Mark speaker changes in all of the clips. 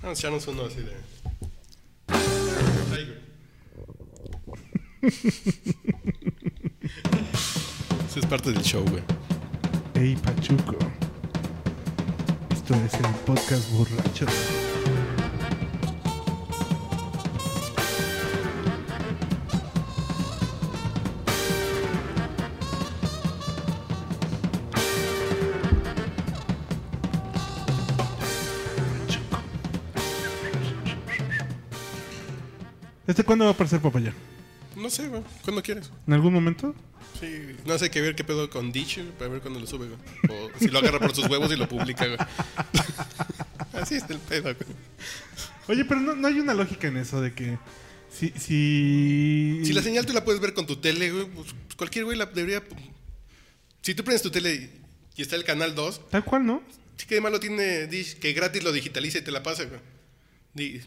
Speaker 1: Vamos a echarnos uno así de. Ay, güey. Eso es parte del show, güey.
Speaker 2: Ey, Pachuco. Esto es el podcast borracho. ¿Este cuándo va a aparecer papaya?
Speaker 1: No sé, güey. Cuando quieres.
Speaker 2: ¿En algún momento?
Speaker 1: Sí, no sé qué ver qué pedo con Ditch, güey, para ver cuándo lo sube, güey. O si lo agarra por sus huevos y lo publica, güey. Así es el pedo, güey.
Speaker 2: Oye, pero no, no hay una lógica en eso de que si... Si,
Speaker 1: Si la señal tú la puedes ver con tu tele, güey, pues pues cualquier güey la debería. Si tú prendes tu tele y- y está el canal 2,
Speaker 2: Tal cual, ¿no?
Speaker 1: sí que de malo tiene Dish que gratis lo digitaliza y te la pasa, güey. Di-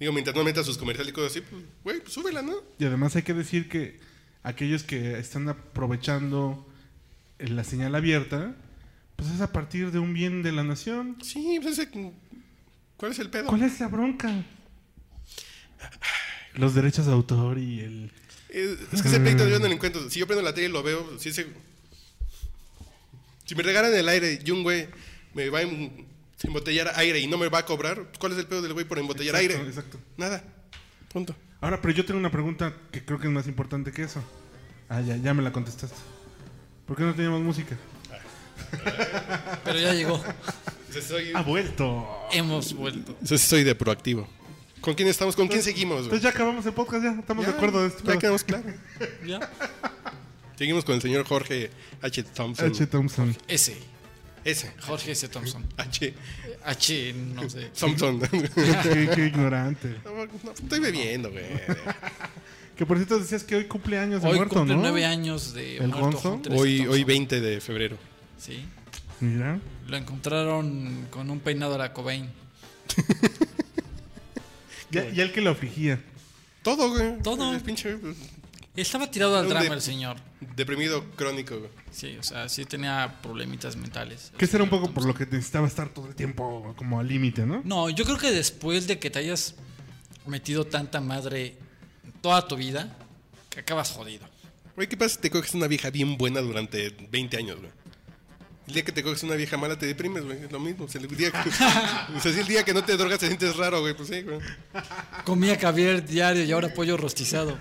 Speaker 1: Digo, mientras no metas sus comerciales y cosas así, pues, güey, pues súbela, ¿no?
Speaker 2: Y además hay que decir que aquellos que están aprovechando eh, la señal abierta, pues es a partir de un bien de la nación.
Speaker 1: Sí, pues ese. ¿Cuál es el pedo?
Speaker 2: ¿Cuál es la bronca? Los derechos de autor y el...
Speaker 1: Eh, Es que ese pleito yo no lo encuentro. Si yo prendo la tele y lo veo, si ese- Si me regalan el aire y un güey me va a em- embotellar aire y no me va a cobrar, ¿cuál es el pedo del güey por embotellar
Speaker 2: Exacto,
Speaker 1: aire?
Speaker 2: exacto.
Speaker 1: Nada. Punto.
Speaker 2: Ahora, pero yo tengo una pregunta que creo que es más importante que eso. Ah, ya, ya me la contestaste. ¿Por qué no teníamos música?
Speaker 3: Pero ya llegó.
Speaker 1: Soy,
Speaker 2: ¡Ha vuelto!
Speaker 3: Hemos vuelto.
Speaker 1: soy de proactivo. ¿Con quién estamos? ¿Con
Speaker 2: Pues,
Speaker 1: quién seguimos? güey?
Speaker 2: Entonces ya acabamos el podcast, ya estamos
Speaker 1: Ya,
Speaker 2: de acuerdo de este esto.
Speaker 1: Ya quedamos claro.
Speaker 3: ¿Ya?
Speaker 1: Seguimos con el señor Jorge H. Thompson.
Speaker 2: H. Thompson.
Speaker 3: S.
Speaker 1: Ese.
Speaker 3: Jorge S. Thompson.
Speaker 1: H.
Speaker 3: H. No sé.
Speaker 1: Thompson.
Speaker 2: qué, qué ignorante.
Speaker 1: No, no, estoy bebiendo, güey.
Speaker 2: Que por cierto decías que hoy cumple años de
Speaker 3: Hoy
Speaker 2: muerto,
Speaker 3: cumple
Speaker 2: ¿no?
Speaker 3: nueve años de
Speaker 2: ¿El
Speaker 3: muerto
Speaker 2: Gonzo?
Speaker 3: Hunter S.
Speaker 1: Hoy, hoy
Speaker 3: Thompson.
Speaker 1: 20 de febrero.
Speaker 3: Sí.
Speaker 2: Mira.
Speaker 3: Lo encontraron con un peinado a la Cobain.
Speaker 2: Ya, ya el que lo afligía.
Speaker 1: Todo, güey.
Speaker 3: Todo.
Speaker 1: El pinche, güey,
Speaker 3: Estaba tirado al
Speaker 1: ¿Dónde?
Speaker 3: drama el señor.
Speaker 1: Deprimido crónico, güey.
Speaker 3: Sí, o sea, sí tenía problemitas mentales.
Speaker 2: Que será un poco por lo que necesitaba estar todo el tiempo como al límite, ¿no?
Speaker 3: No, yo creo que después de que te hayas metido tanta madre toda tu vida, que acabas jodido.
Speaker 1: Güey, ¿qué pasa si te coges una vieja bien buena durante 20 años, güey? El día que te coges una vieja mala te deprimes, güey. Es lo mismo. O sea, el día que, o sea, si el día que no te drogas te sientes raro, güey. Pues sí, güey.
Speaker 3: Comía caviar diario y ahora pollo rostizado.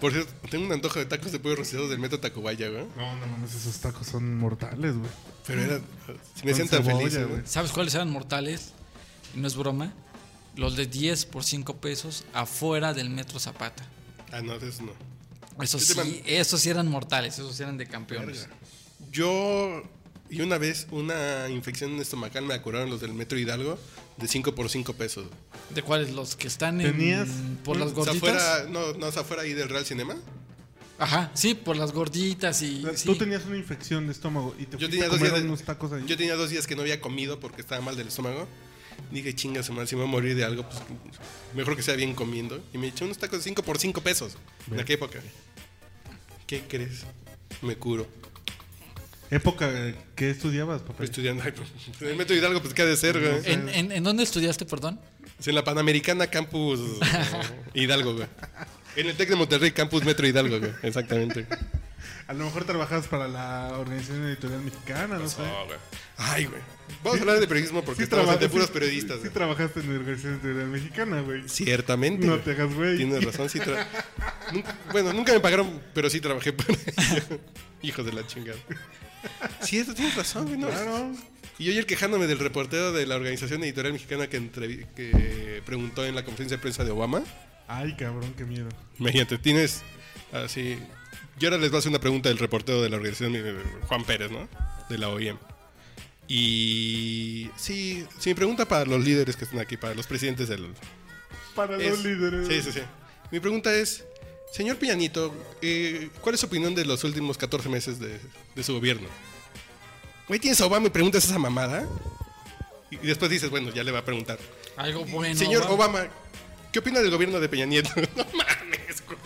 Speaker 1: Por cierto, tengo un antojo de tacos de pollo rociados del Metro Tacubaya, güey.
Speaker 2: No, no mames, esos tacos son mortales, güey.
Speaker 1: Pero era... Si me
Speaker 2: Con
Speaker 1: sientan
Speaker 2: cebolla,
Speaker 1: feliz,
Speaker 2: güey.
Speaker 1: güey.
Speaker 3: ¿Sabes cuáles eran mortales? Y no es broma. Los de 10 por 5 pesos afuera del metro Zapata.
Speaker 1: Ah, no, de eso no.
Speaker 3: Esos
Speaker 1: Yo te man-
Speaker 3: sí, esos sí eran mortales, esos sí eran de campeones.
Speaker 1: Yo... Y una vez, una infección estomacal me la curaron los del Metro Hidalgo de 5 por 5 pesos. güey.
Speaker 3: ¿De cuáles? Los que están en-
Speaker 2: ¿Tenías?
Speaker 3: por las
Speaker 1: O sea,
Speaker 3: gorditas.
Speaker 1: afuera... No, no, o sea, afuera ahí del Real Cinema.
Speaker 3: Ajá, sí, por las gorditas y.
Speaker 2: Tú
Speaker 3: sí.
Speaker 2: tenías una infección de estómago y te
Speaker 1: Yo
Speaker 2: fuiste
Speaker 1: tenía,
Speaker 2: a
Speaker 1: dos
Speaker 2: comer
Speaker 1: días de-
Speaker 2: unos tacos ahí.
Speaker 1: yo tenía dos días que no había comido porque estaba mal del estómago. Dije, chinga, su madre, si me voy a morir de algo, pues mejor que sea bien comiendo. Y me eché unos tacos de 5 por 5 pesos en aquella época. ¿Qué crees? Me curo.
Speaker 2: Época eh, que estudiabas, papá.
Speaker 1: Estudiando. Ay, pues, el método Hidalgo, pues qué ha de ser, güey.
Speaker 3: ¿En, en, en dónde estudiaste, perdón?
Speaker 1: Sí, En la Panamericana Campus eh, Hidalgo, güey. En el Tec de Monterrey Campus Metro Hidalgo, güey. Exactamente.
Speaker 2: A lo mejor trabajabas para la Organización Editorial Mexicana, no sé.
Speaker 1: No, güey. Ay, güey. Vamos a hablar de periodismo Pues, oh, porque estamos
Speaker 2: trabajaste-
Speaker 1: de puros periodistas.
Speaker 2: Sí,
Speaker 1: güey.
Speaker 2: trabajaste en la Organización Editorial Mexicana, güey.
Speaker 1: Ciertamente.
Speaker 2: No
Speaker 1: güey.
Speaker 2: te hagas güey.
Speaker 1: Tienes razón, sí. tra- Nunca- bueno, nunca me pagaron, pero sí trabajé para ello. Hijos de la chingada. Cierto, tienes razón, güey. no.
Speaker 2: Claro.
Speaker 1: Y yo ayer quejándome del reportero de la Organización Editorial Mexicana que, entrevi- que preguntó en la conferencia de prensa de Obama.
Speaker 2: Ay, cabrón, qué miedo.
Speaker 1: Imagínate, tienes así. Yo ahora les voy a hacer una pregunta del reportero de la organización, eh, Juan Pérez, ¿no? De la OIM. Y sí, sí, mi pregunta para los líderes que están aquí, para los presidentes del,
Speaker 2: Para
Speaker 1: es-
Speaker 2: los líderes.
Speaker 1: Sí, sí, sí. Mi pregunta es, señor Piñanito, eh, ¿cuál es su opinión de los últimos 14 meses de, de su gobierno? Güey, tienes a Obama y preguntas esa mamada. Y y después dices, bueno, ya le va a preguntar.
Speaker 3: Algo bueno.
Speaker 1: señor
Speaker 3: Obama.
Speaker 1: Obama, ¿qué opina del gobierno de Peña Nieto? no mames, güey.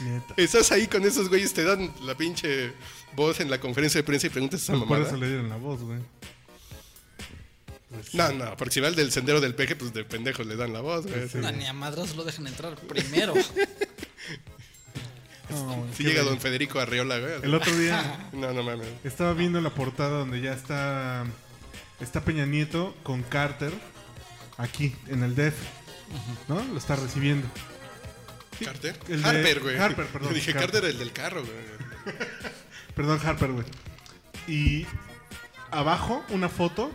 Speaker 2: Neta.
Speaker 1: Estás ahí con esos güeyes, te dan la pinche voz en la conferencia de prensa y preguntas esa
Speaker 2: Por Pues eso
Speaker 1: mamada.
Speaker 2: le dieron la voz, güey. Pues,
Speaker 1: No, no, porque si va el del sendero del peje, pues de pendejo le dan la voz, güey.
Speaker 2: Sí.
Speaker 3: No, ni a madras lo dejan entrar primero.
Speaker 2: no,
Speaker 1: Si
Speaker 2: qué
Speaker 1: llega
Speaker 2: bueno.
Speaker 1: don Federico Arriola, güey.
Speaker 2: El otro día
Speaker 1: No, no mames.
Speaker 2: estaba viendo la portada donde ya está está Peña Nieto con Carter aquí en el DEF, ¿no? Lo está recibiendo.
Speaker 1: ¿Carter?
Speaker 2: El de-
Speaker 1: Harper, güey.
Speaker 2: Harper, perdón,
Speaker 1: Dije
Speaker 2: Harper.
Speaker 1: Carter, el del carro, güey.
Speaker 2: Perdón, Harper, güey. Y abajo una foto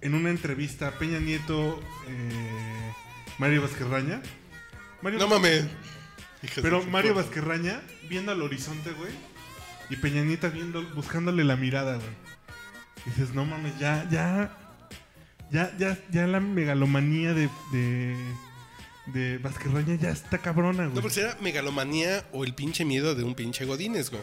Speaker 2: en una entrevista Peña Nieto eh, Mario Vázquez Mario
Speaker 1: No mames. Hijas
Speaker 2: Pero
Speaker 1: de su
Speaker 2: Mario
Speaker 1: puta.
Speaker 2: Vázquerraña viendo al horizonte, güey. Y Peñanita viendo, buscándole la mirada, güey. Dices, no mames, ya, ya. Ya, ya, ya la megalomanía de. de. de Vázquerraña ya está cabrona,
Speaker 1: No,
Speaker 2: güey.
Speaker 1: porque será megalomanía o el pinche miedo de un pinche Godínez, güey.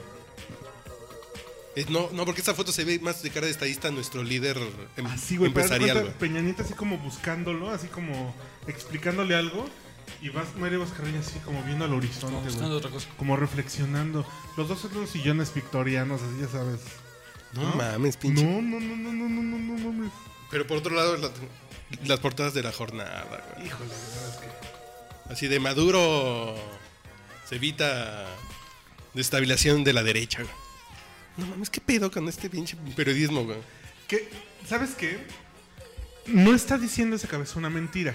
Speaker 1: Eh, No, no, porque esta foto se ve más de cara de estadista a nuestro líder em-
Speaker 2: así, Ah, güey, pero haz de
Speaker 1: empresarial,
Speaker 2: cuenta,
Speaker 1: güey.
Speaker 2: Peñanita así como buscándolo, así como explicándole algo. Y vas, Mario Vázquerraña así como viendo al
Speaker 3: Como
Speaker 2: horizonte,
Speaker 3: buscando
Speaker 2: güey.
Speaker 3: otra cosa.
Speaker 2: Como reflexionando. Los dos son unos sillones victorianos, así ya sabes.
Speaker 1: No
Speaker 2: ¿no?
Speaker 1: mames, pinche.
Speaker 2: No, no, no, no, no, no, no, no mames.
Speaker 1: Pero por otro lado, la- las portadas de la jornada, güey.
Speaker 2: Híjole, la verdad es que.
Speaker 1: Así de Maduro se evita destabilación de la derecha, güey. No mames, qué pedo con este pinche periodismo, güey.
Speaker 2: Que, ¿Sabes qué? No está diciendo esa cabeza una mentira.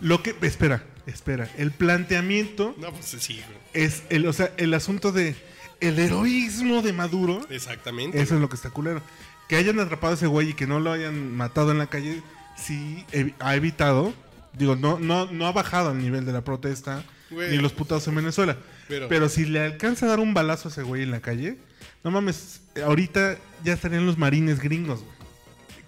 Speaker 2: Lo que. Espera, espera. El planteamiento
Speaker 1: No, pues sí, güey.
Speaker 2: es el, o sea, el asunto de el heroísmo de Maduro.
Speaker 1: Exactamente.
Speaker 2: Eso es lo que está culero. Que hayan atrapado a ese güey y que no lo hayan matado en la calle, sí evi- ha evitado. Digo, no, no, no ha bajado al nivel de la protesta
Speaker 1: Güey.
Speaker 2: ni los putados en Venezuela.
Speaker 1: Pero-
Speaker 2: Pero, si le alcanza a dar un balazo a ese güey en la calle, no mames, ahorita ya estarían los marines gringos, güey.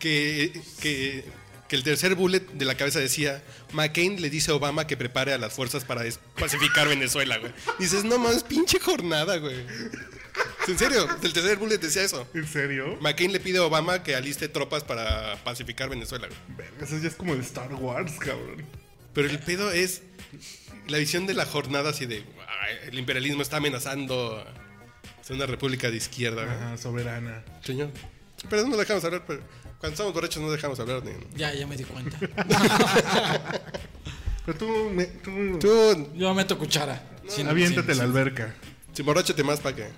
Speaker 1: que, que, que el tercer bullet de la cabeza decía, McCain le dice a Obama que prepare a las fuerzas para des- pacificar Venezuela, güey. Dices, no mames, pinche jornada, güey. En serio, el tercer bullet decía eso.
Speaker 2: ¿En serio?
Speaker 1: McCain le pide a Obama que aliste tropas para pacificar Venezuela, güey.
Speaker 2: Verga, eso ya es como de Star Wars, cabrón.
Speaker 1: Pero el pedo es la visión de la jornada así de, "Ay, el imperialismo está amenazando a una república de izquierda, güey".
Speaker 2: Ajá, soberana.
Speaker 1: Señor. Pero no dejamos hablar, pero cuando estamos borrachos no dejamos hablar. Ni,
Speaker 3: Ya, ya me di cuenta.
Speaker 2: Pero tú, me- tú,
Speaker 1: Tú,
Speaker 3: Yo meto cuchara. Sin-
Speaker 2: aviéntate
Speaker 3: sin-
Speaker 2: la alberca.
Speaker 1: si borrachate más para que...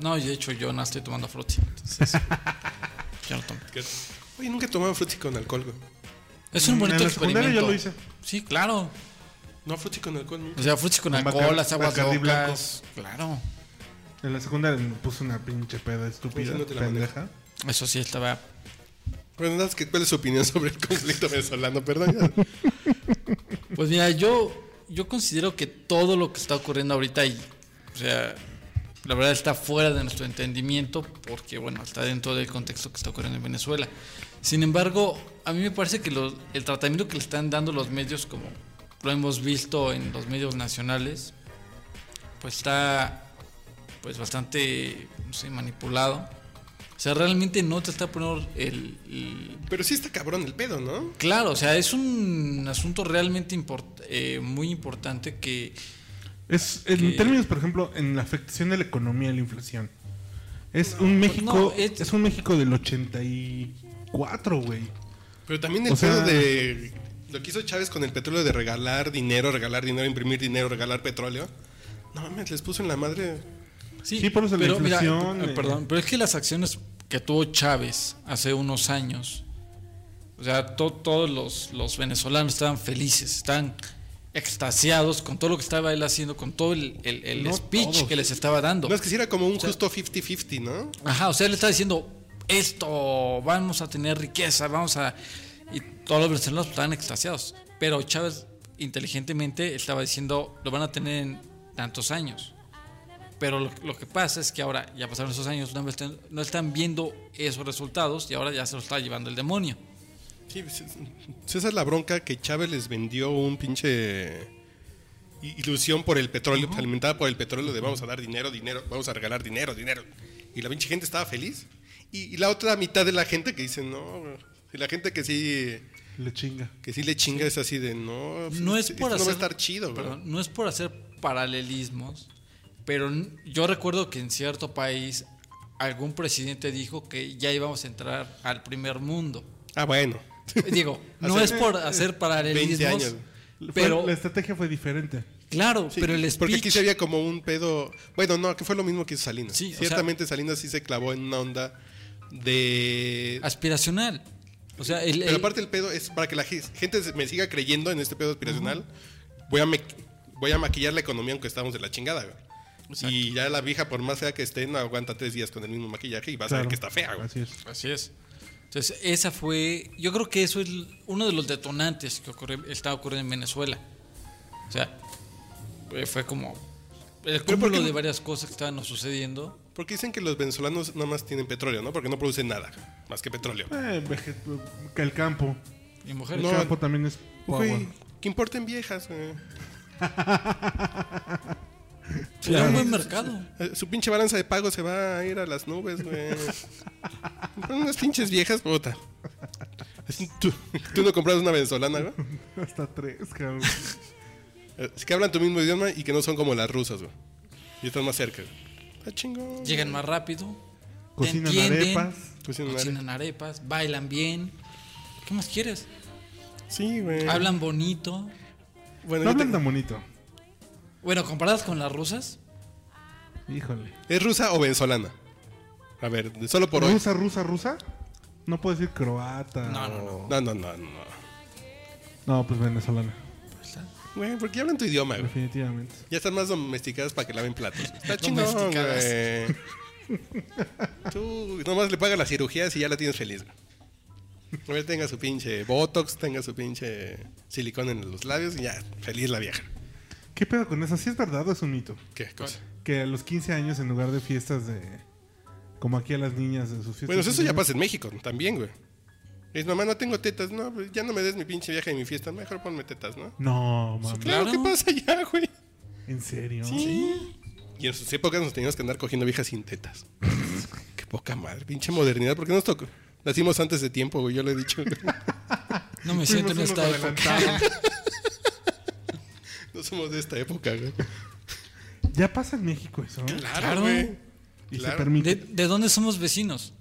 Speaker 3: No, y de hecho yo no estoy tomando frutti. Entonces, yo no tomo.
Speaker 1: ¿Qué? Oye, nunca tomaba frutti con alcohol, güey.
Speaker 3: Es un
Speaker 2: En
Speaker 3: bonito
Speaker 2: la secundaria
Speaker 3: experimento.
Speaker 2: yo lo hice.
Speaker 3: Sí, claro.
Speaker 1: No, frutti con alcohol nunca.
Speaker 3: O sea, frutti con
Speaker 2: Con
Speaker 3: alcohol,
Speaker 2: Bacar-
Speaker 3: las aguas
Speaker 2: Bacardí
Speaker 3: locas. Claro.
Speaker 2: En la secundaria me puse una pinche peda
Speaker 1: Pues
Speaker 2: estúpida,
Speaker 1: sí, no te la
Speaker 2: pendeja.
Speaker 3: Eso sí estaba.
Speaker 1: Bueno, nada, es que- ¿cuál es su opinión sobre el conflicto venezolano? Perdón. ya.
Speaker 3: Pues mira, yo, yo considero que todo lo que está ocurriendo ahorita y, o sea, la verdad está fuera de nuestro entendimiento porque, bueno, está dentro del contexto que está ocurriendo en Venezuela. Sin embargo, a mí me parece que los- el tratamiento que le están dando los medios, como lo hemos visto en los medios nacionales, pues está pues bastante, no sé, manipulado. O sea, realmente no te está poniendo el- el
Speaker 1: Pero sí está cabrón el pedo, ¿no?
Speaker 3: Claro, o sea, es un asunto realmente import- eh, muy importante que
Speaker 2: Es, en
Speaker 3: Que-
Speaker 2: términos, por ejemplo, en la afectación de la economía y la inflación. Es un México,
Speaker 3: no, es-
Speaker 2: es... un México del 84, güey.
Speaker 1: Pero también el
Speaker 2: O sea-
Speaker 1: pedo de lo que hizo Chávez con el petróleo de regalar dinero, regalar dinero, imprimir dinero, regalar petróleo. No mames, les puso en la madre.
Speaker 3: sí,
Speaker 2: Sí, por eso la
Speaker 3: pero mira,
Speaker 2: inflación,
Speaker 3: eh,
Speaker 2: eh.
Speaker 3: perdón, pero es que las acciones que tuvo Chávez hace unos años, o sea, to- todos los, los venezolanos estaban felices, estaban extasiados con todo lo que estaba él haciendo, con todo el, el- el
Speaker 2: No
Speaker 3: speech
Speaker 2: todos.
Speaker 3: que les estaba dando.
Speaker 1: No, es que sí era como un justo 50-50, ¿no?
Speaker 3: Ajá, o sea, le está diciendo esto, vamos a tener riqueza, vamos a. Y todos los venezolanos estaban extasiados. Pero Chávez inteligentemente estaba diciendo, lo van a tener en tantos años. Pero lo, lo que pasa es que ahora, ya pasaron esos años, no están, no están viendo esos resultados y ahora ya se los está llevando el demonio.
Speaker 1: Sí, pues, es- es- esa es la bronca que Chávez les vendió un pinche i- ilusión por el petróleo, alimentada por el petróleo de vamos a dar dinero, dinero, vamos a regalar dinero, dinero. Y la pinche gente estaba feliz. Y, y la otra mitad de la gente que dice, no, güey". y la gente que sí,
Speaker 2: Le chinga.
Speaker 1: que sí le chinga es así de, no, pues,
Speaker 3: no es
Speaker 1: esto
Speaker 3: por
Speaker 1: no
Speaker 3: hacer
Speaker 1: va a estar chido, güey".
Speaker 3: perdón, no es por hacer paralelismos pero n- yo recuerdo que en cierto país algún presidente dijo que ya íbamos a entrar al primer mundo
Speaker 1: Ah, bueno.
Speaker 3: Digo, no es
Speaker 1: Hace
Speaker 3: por hacer
Speaker 1: 20
Speaker 3: paralelismos,
Speaker 1: años.
Speaker 2: Fue-
Speaker 3: pero
Speaker 2: la estrategia fue diferente.
Speaker 3: claro,
Speaker 1: Sí,
Speaker 3: pero el
Speaker 1: Porque aquí
Speaker 3: speech-
Speaker 1: se había como un pedo. Bueno, no, que fue lo mismo que hizo Salinas.
Speaker 3: Sí, o sea-
Speaker 1: Ciertamente Salinas sí se clavó en una onda de.
Speaker 3: aspiracional. O sea, el,
Speaker 1: Pero
Speaker 3: el-
Speaker 1: aparte el pedo es para que la ge- gente se- me siga creyendo en este pedo aspiracional. Voy a me- voy a maquillar la economía aunque estamos de la chingada, güey. Y ya la vieja, por más fea que esté, no aguanta tres días con el mismo maquillaje y vas a ver
Speaker 2: Claro.
Speaker 1: que está fea, güey.
Speaker 2: Así es.
Speaker 3: Así es. Entonces, esa fue, yo creo que eso es uno de los detonantes que ocurre, está ocurriendo en Venezuela. O sea, eh, fue como el
Speaker 1: ¿por
Speaker 3: cúmulo
Speaker 1: qué?
Speaker 3: de varias cosas que estaban sucediendo.
Speaker 1: Porque dicen que los venezolanos nada más tienen petróleo, ¿no? Porque no producen nada más que petróleo.
Speaker 2: Eh, veje- el campo.
Speaker 3: Y
Speaker 2: El
Speaker 3: mujeres.
Speaker 1: No,
Speaker 2: campo también es
Speaker 1: Güey,
Speaker 2: power.
Speaker 1: que importen viejas, güey.
Speaker 3: Era un buen mercado.
Speaker 1: Eh, Su pinche balanza de pago se va a ir a las nubes, güey. Con unas pinches viejas, puta. Así, ¿Tú, tú no compras una venezolana, güey.
Speaker 2: Hasta tres, cabrón.
Speaker 1: Eh, Es que hablan tu mismo idioma y que no son como las rusas, güey. Y están más cerca. güey. Está chingón.
Speaker 3: Llegan más rápido. te
Speaker 2: Cocinan
Speaker 3: entienden,
Speaker 2: arepas.
Speaker 1: Cocinan
Speaker 3: Cocinan arepas, bailan bien. ¿Qué más quieres?
Speaker 1: Sí, güey.
Speaker 3: Hablan bonito.
Speaker 1: Bueno,
Speaker 2: No
Speaker 1: yo te-
Speaker 2: hablan tan bonito.
Speaker 3: Bueno, comparadas con las rusas,
Speaker 2: Híjole.
Speaker 1: ¿Es rusa o venezolana? A ver, de- solo por hoy.
Speaker 2: ¿Rusa, rusa, rusa? No puedo decir croata.
Speaker 3: No, no,
Speaker 2: o-
Speaker 1: No, no, no, no.
Speaker 2: No, pues venezolana.
Speaker 1: Güey, porque hablan tu idioma, güey.
Speaker 2: Definitivamente.
Speaker 1: Ya están más domesticadas para que laven platos. Está chingón,
Speaker 3: Domesticadas.
Speaker 1: güey. Tú nomás le pagas las cirugías y ya la tienes feliz. güey. A ver, tenga su pinche Botox, tenga su pinche silicón en los labios y ya, feliz la vieja.
Speaker 2: ¿Qué pedo con eso? ¿Sí es verdad o es un mito?
Speaker 1: Qué cosa.
Speaker 2: Que a los 15 años, en lugar de fiestas de. Como aquí a las niñas de sus fiestas.
Speaker 1: Bueno, eso
Speaker 2: de-
Speaker 1: ya pasa en México también, güey. Es, mamá, no tengo tetas, no, pues, ya no me des mi pinche viaje y mi fiesta, mejor ponme tetas, ¿no?
Speaker 2: No, mami.
Speaker 1: Claro,
Speaker 3: Claro.
Speaker 1: ¿qué pasa ya, güey?
Speaker 2: ¿En serio?
Speaker 1: Sí. Y en sus épocas nos teníamos que andar cogiendo viejas sin tetas. Qué poca madre, pinche modernidad, ¿por qué nos tocó? Nacimos antes de tiempo, güey, yo lo he dicho. güey.
Speaker 3: no me
Speaker 2: Fuimos
Speaker 3: siento en
Speaker 2: unos
Speaker 3: esta época.
Speaker 2: adelantados.
Speaker 1: No somos de esta época, güey.
Speaker 2: Ya pasa en México eso. ¿eh?
Speaker 3: Claro.
Speaker 1: güey.
Speaker 2: Y
Speaker 1: claro.
Speaker 2: se permite.
Speaker 3: ¿De, de dónde somos vecinos?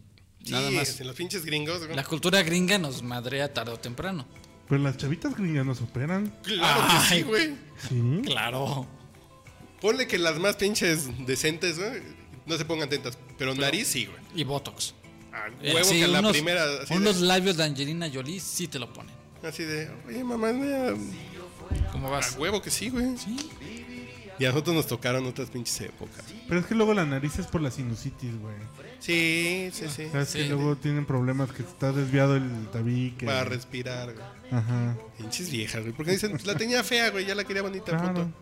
Speaker 3: Nada
Speaker 1: Sí,
Speaker 3: más.
Speaker 1: En los pinches gringos, güey.
Speaker 3: La cultura gringa nos madrea tarde o temprano.
Speaker 2: Pero Pues las chavitas gringas nos operan.
Speaker 1: Claro que sí,
Speaker 3: Ay.
Speaker 1: güey.
Speaker 2: Sí.
Speaker 3: Claro.
Speaker 1: Ponle que las más pinches decentes, güey, no se pongan tentas. Pero nariz sí, güey.
Speaker 3: Y Botox.
Speaker 1: A huevo
Speaker 3: Eh, sí,
Speaker 1: que a la
Speaker 3: unos,
Speaker 1: primera. Así,
Speaker 3: unos
Speaker 1: de,
Speaker 3: labios de Angelina Jolie sí te lo ponen.
Speaker 1: así de, oye, mamá, no, ya-
Speaker 3: ¿Cómo
Speaker 1: a
Speaker 3: vas?
Speaker 1: huevo que sí, Ah, güey.
Speaker 3: Sí.
Speaker 1: Y a nosotros nos tocaron otras pinches épocas.
Speaker 2: Pero es que luego la nariz es por la sinusitis, güey.
Speaker 1: Sí, sí, sí.
Speaker 2: Sabes
Speaker 3: Ah, Sí.
Speaker 2: que luego tienen problemas que está desviado el tabique.
Speaker 1: Para respirar, güey.
Speaker 2: Ajá.
Speaker 1: Pinches viejas, güey. Porque dicen, la tenía fea, güey, ya la quería bonita,
Speaker 2: Claro.
Speaker 1: punto.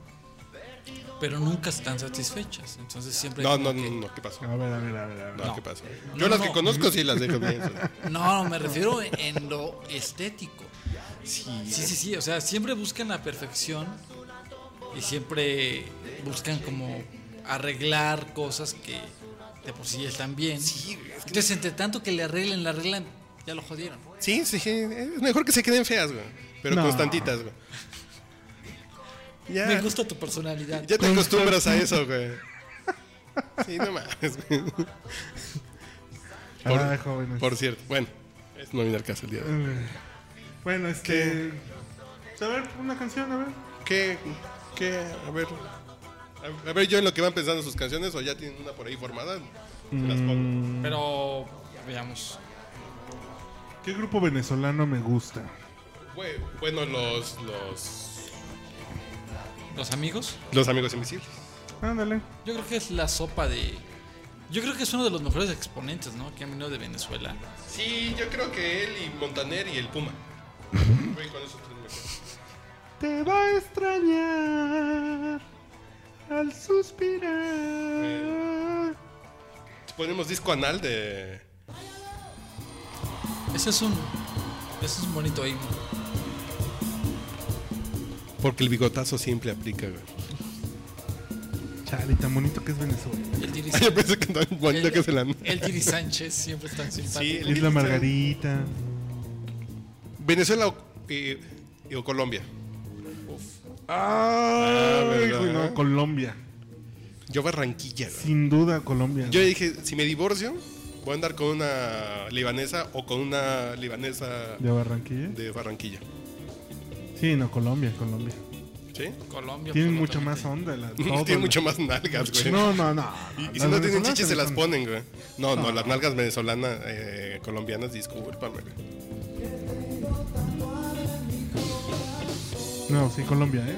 Speaker 3: Pero nunca están satisfechas. Entonces siempre.
Speaker 1: No,
Speaker 3: hay como
Speaker 1: no, no,
Speaker 3: que-
Speaker 1: no, ¿qué pasó?
Speaker 2: A ver, a ver, a ver, a ver.
Speaker 1: No,
Speaker 3: No.
Speaker 1: ¿qué pasó?
Speaker 3: No,
Speaker 1: Yo las que
Speaker 3: no.
Speaker 1: conozco sí las dejo bien. güey.
Speaker 3: No, me refiero en lo estético. Sí, sí, sí. O sea, siempre buscan la perfección y siempre buscan como arreglar cosas que de por sí ya están bien.
Speaker 1: Sí, güey, es que-
Speaker 3: Entonces, entre tanto que le arreglen, le arreglan, ya lo jodieron.
Speaker 1: Sí, sí, sí, es mejor que se queden feas, güey. Pero
Speaker 2: No.
Speaker 1: constantitas, güey. Ya,
Speaker 3: Me gusta tu personalidad.
Speaker 1: ya te acostumbras a eso, güey. Sí, no mames, güey. Por-
Speaker 2: Ay, Ah, jóvenes.
Speaker 1: Por cierto, bueno, es no viene al caso el día de hoy.
Speaker 2: Eh, Bueno, este. A ver, una canción, a ver.
Speaker 1: ¿Qué? ¿Qué? A ver. A- A ver, yo en lo que van pensando sus canciones, o ya tienen una por ahí formada, se las pongo.
Speaker 3: Mm. Pero veamos.
Speaker 2: ¿Qué grupo venezolano me gusta?
Speaker 1: Güey, Bueno, los, los,
Speaker 3: ¿Los amigos?
Speaker 1: los amigos invisibles.
Speaker 2: Ándale.
Speaker 3: Yo creo que es la sopa de. Yo creo que es uno de los mejores exponentes, ¿no? Que han venido de Venezuela.
Speaker 1: Sí, yo creo que él y Montaner y el Puma. Güey, con esos tres me quedo.
Speaker 2: Te va a extrañar al suspirar.
Speaker 1: Ponemos disco anal de.
Speaker 3: Ese es un. Ese es un bonito himno.
Speaker 1: Porque el bigotazo siempre aplica, güey.
Speaker 2: Chale, tan bonito que es Venezuela.
Speaker 3: El Diri,
Speaker 1: Yo pensé que tan bonito
Speaker 3: el-
Speaker 1: que se la.
Speaker 3: el Diri Sánchez siempre es tan simpático.
Speaker 1: Sí, el-
Speaker 2: Isla Margarita.
Speaker 1: Venezuela o, eh, o Colombia. Ah,
Speaker 2: Ay, Ah,
Speaker 1: ¿verdad?
Speaker 2: güey, no, Colombia.
Speaker 1: Yo Barranquilla, güey.
Speaker 2: Sin duda, Colombia.
Speaker 1: Yo dije, si me divorcio, Voy a andar con una libanesa o con una libanesa
Speaker 2: ¿De Barranquilla?
Speaker 1: de Barranquilla.
Speaker 2: Sí, no, Colombia, Colombia.
Speaker 1: ¿Sí?
Speaker 3: Colombia.
Speaker 2: Tienen
Speaker 3: absolutamente.
Speaker 2: mucha más onda. La, todo,
Speaker 1: Tienen
Speaker 2: la-
Speaker 1: mucho más nalgas, güey.
Speaker 2: No, no, no.
Speaker 1: Y, y
Speaker 2: Las
Speaker 1: si no tienen
Speaker 2: venezolanas Ah.
Speaker 1: chichis, se las
Speaker 2: son-
Speaker 1: ponen, güey. No, no, las nalgas venezolanas, eh, colombianas, discúlpame, güey.
Speaker 2: No, sí, Colombia, ¿eh?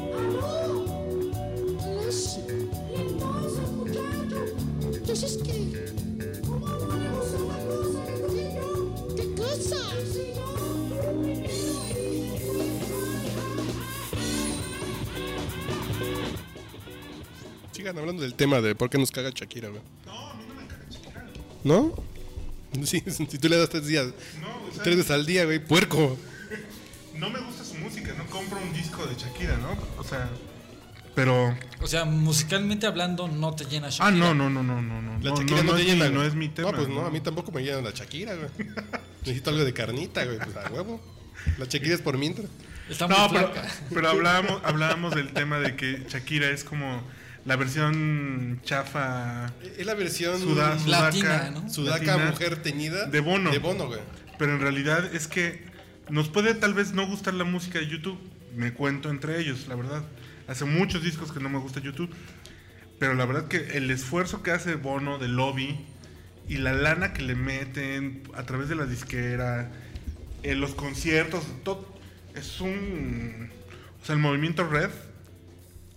Speaker 4: Alô? Lixo? Limpeza, cuidado! Deixa esqui! Como é o negócio da coisa? Senhor! Que coisa?
Speaker 1: Sigan hablando del tema de por qué nos caga Shakira, güey. No, a mí no me caga Shakira. ¿No? Sí, si tú le das tres días,
Speaker 2: No, o sea,
Speaker 1: tres veces al día, güey, puerco.
Speaker 2: no me gusta su música, no compro un disco de Shakira, ¿no? O sea, pero...
Speaker 3: O sea, musicalmente hablando, no te llena
Speaker 2: Ah,
Speaker 3: Shakira.
Speaker 2: no, no, no, no, no. no.
Speaker 1: La
Speaker 2: no,
Speaker 1: Shakira no,
Speaker 2: no,
Speaker 1: te
Speaker 2: es
Speaker 1: llena.
Speaker 2: mi-
Speaker 1: güey.
Speaker 2: No es mi tema.
Speaker 1: No, pues no, a mí tampoco me llena la Shakira, güey. Necesito algo de carnita, güey, pues a huevo. La Shakira es por mientras.
Speaker 3: Está muy
Speaker 2: No, pero,
Speaker 3: flaca.
Speaker 2: pero hablábamos, hablábamos del tema de que Shakira es como la versión chafa,
Speaker 1: Es la versión
Speaker 2: sudá- sudaca,
Speaker 3: Latina, ¿no?
Speaker 1: sudaca,
Speaker 2: latina,
Speaker 1: mujer teñida.
Speaker 2: De Bono.
Speaker 1: De Bono, güey.
Speaker 2: Pero en realidad es que nos puede tal vez no gustar la música de YouTube. Me cuento entre ellos, la verdad. Hace muchos discos que no me gusta YouTube. Pero la verdad que el esfuerzo que hace Bono de lobby y la lana que le meten a través de la disquera, en los conciertos, todo, es un... O sea, el movimiento red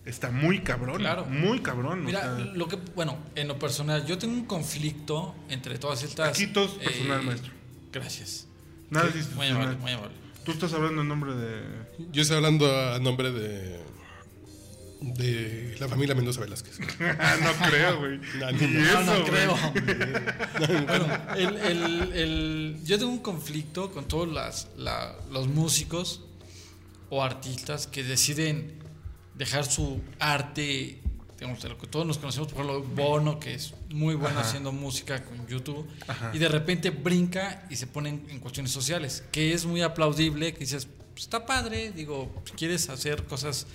Speaker 2: está muy cabrón.
Speaker 3: Claro.
Speaker 2: Muy cabrón. o
Speaker 3: Mira,
Speaker 2: sea,
Speaker 3: lo que, bueno, en lo personal, yo tengo un conflicto entre todas estas. eh,
Speaker 2: Aquí todo es personal, maestro.
Speaker 3: Gracias.
Speaker 2: nada es
Speaker 3: Muy
Speaker 2: institucional.
Speaker 3: amable, muy amable.
Speaker 2: Tú estás hablando en nombre de...
Speaker 1: Yo estoy hablando a nombre de. de la familia Mendoza Velázquez.
Speaker 2: no creo, güey.
Speaker 1: No,
Speaker 2: Ni
Speaker 1: no,
Speaker 3: No, no
Speaker 2: eso, güey.
Speaker 3: creo. bueno, el, el- el- yo tengo un conflicto con todos las, la- los músicos o artistas que deciden dejar su arte, digamos, de lo que todos nos conocemos, por ejemplo, Bono, que es muy bueno haciendo música con YouTube, y de repente brinca y se pone en, en cuestiones sociales, que es muy aplaudible, que dices, "Pues, está padre, digo, si quieres hacer cosas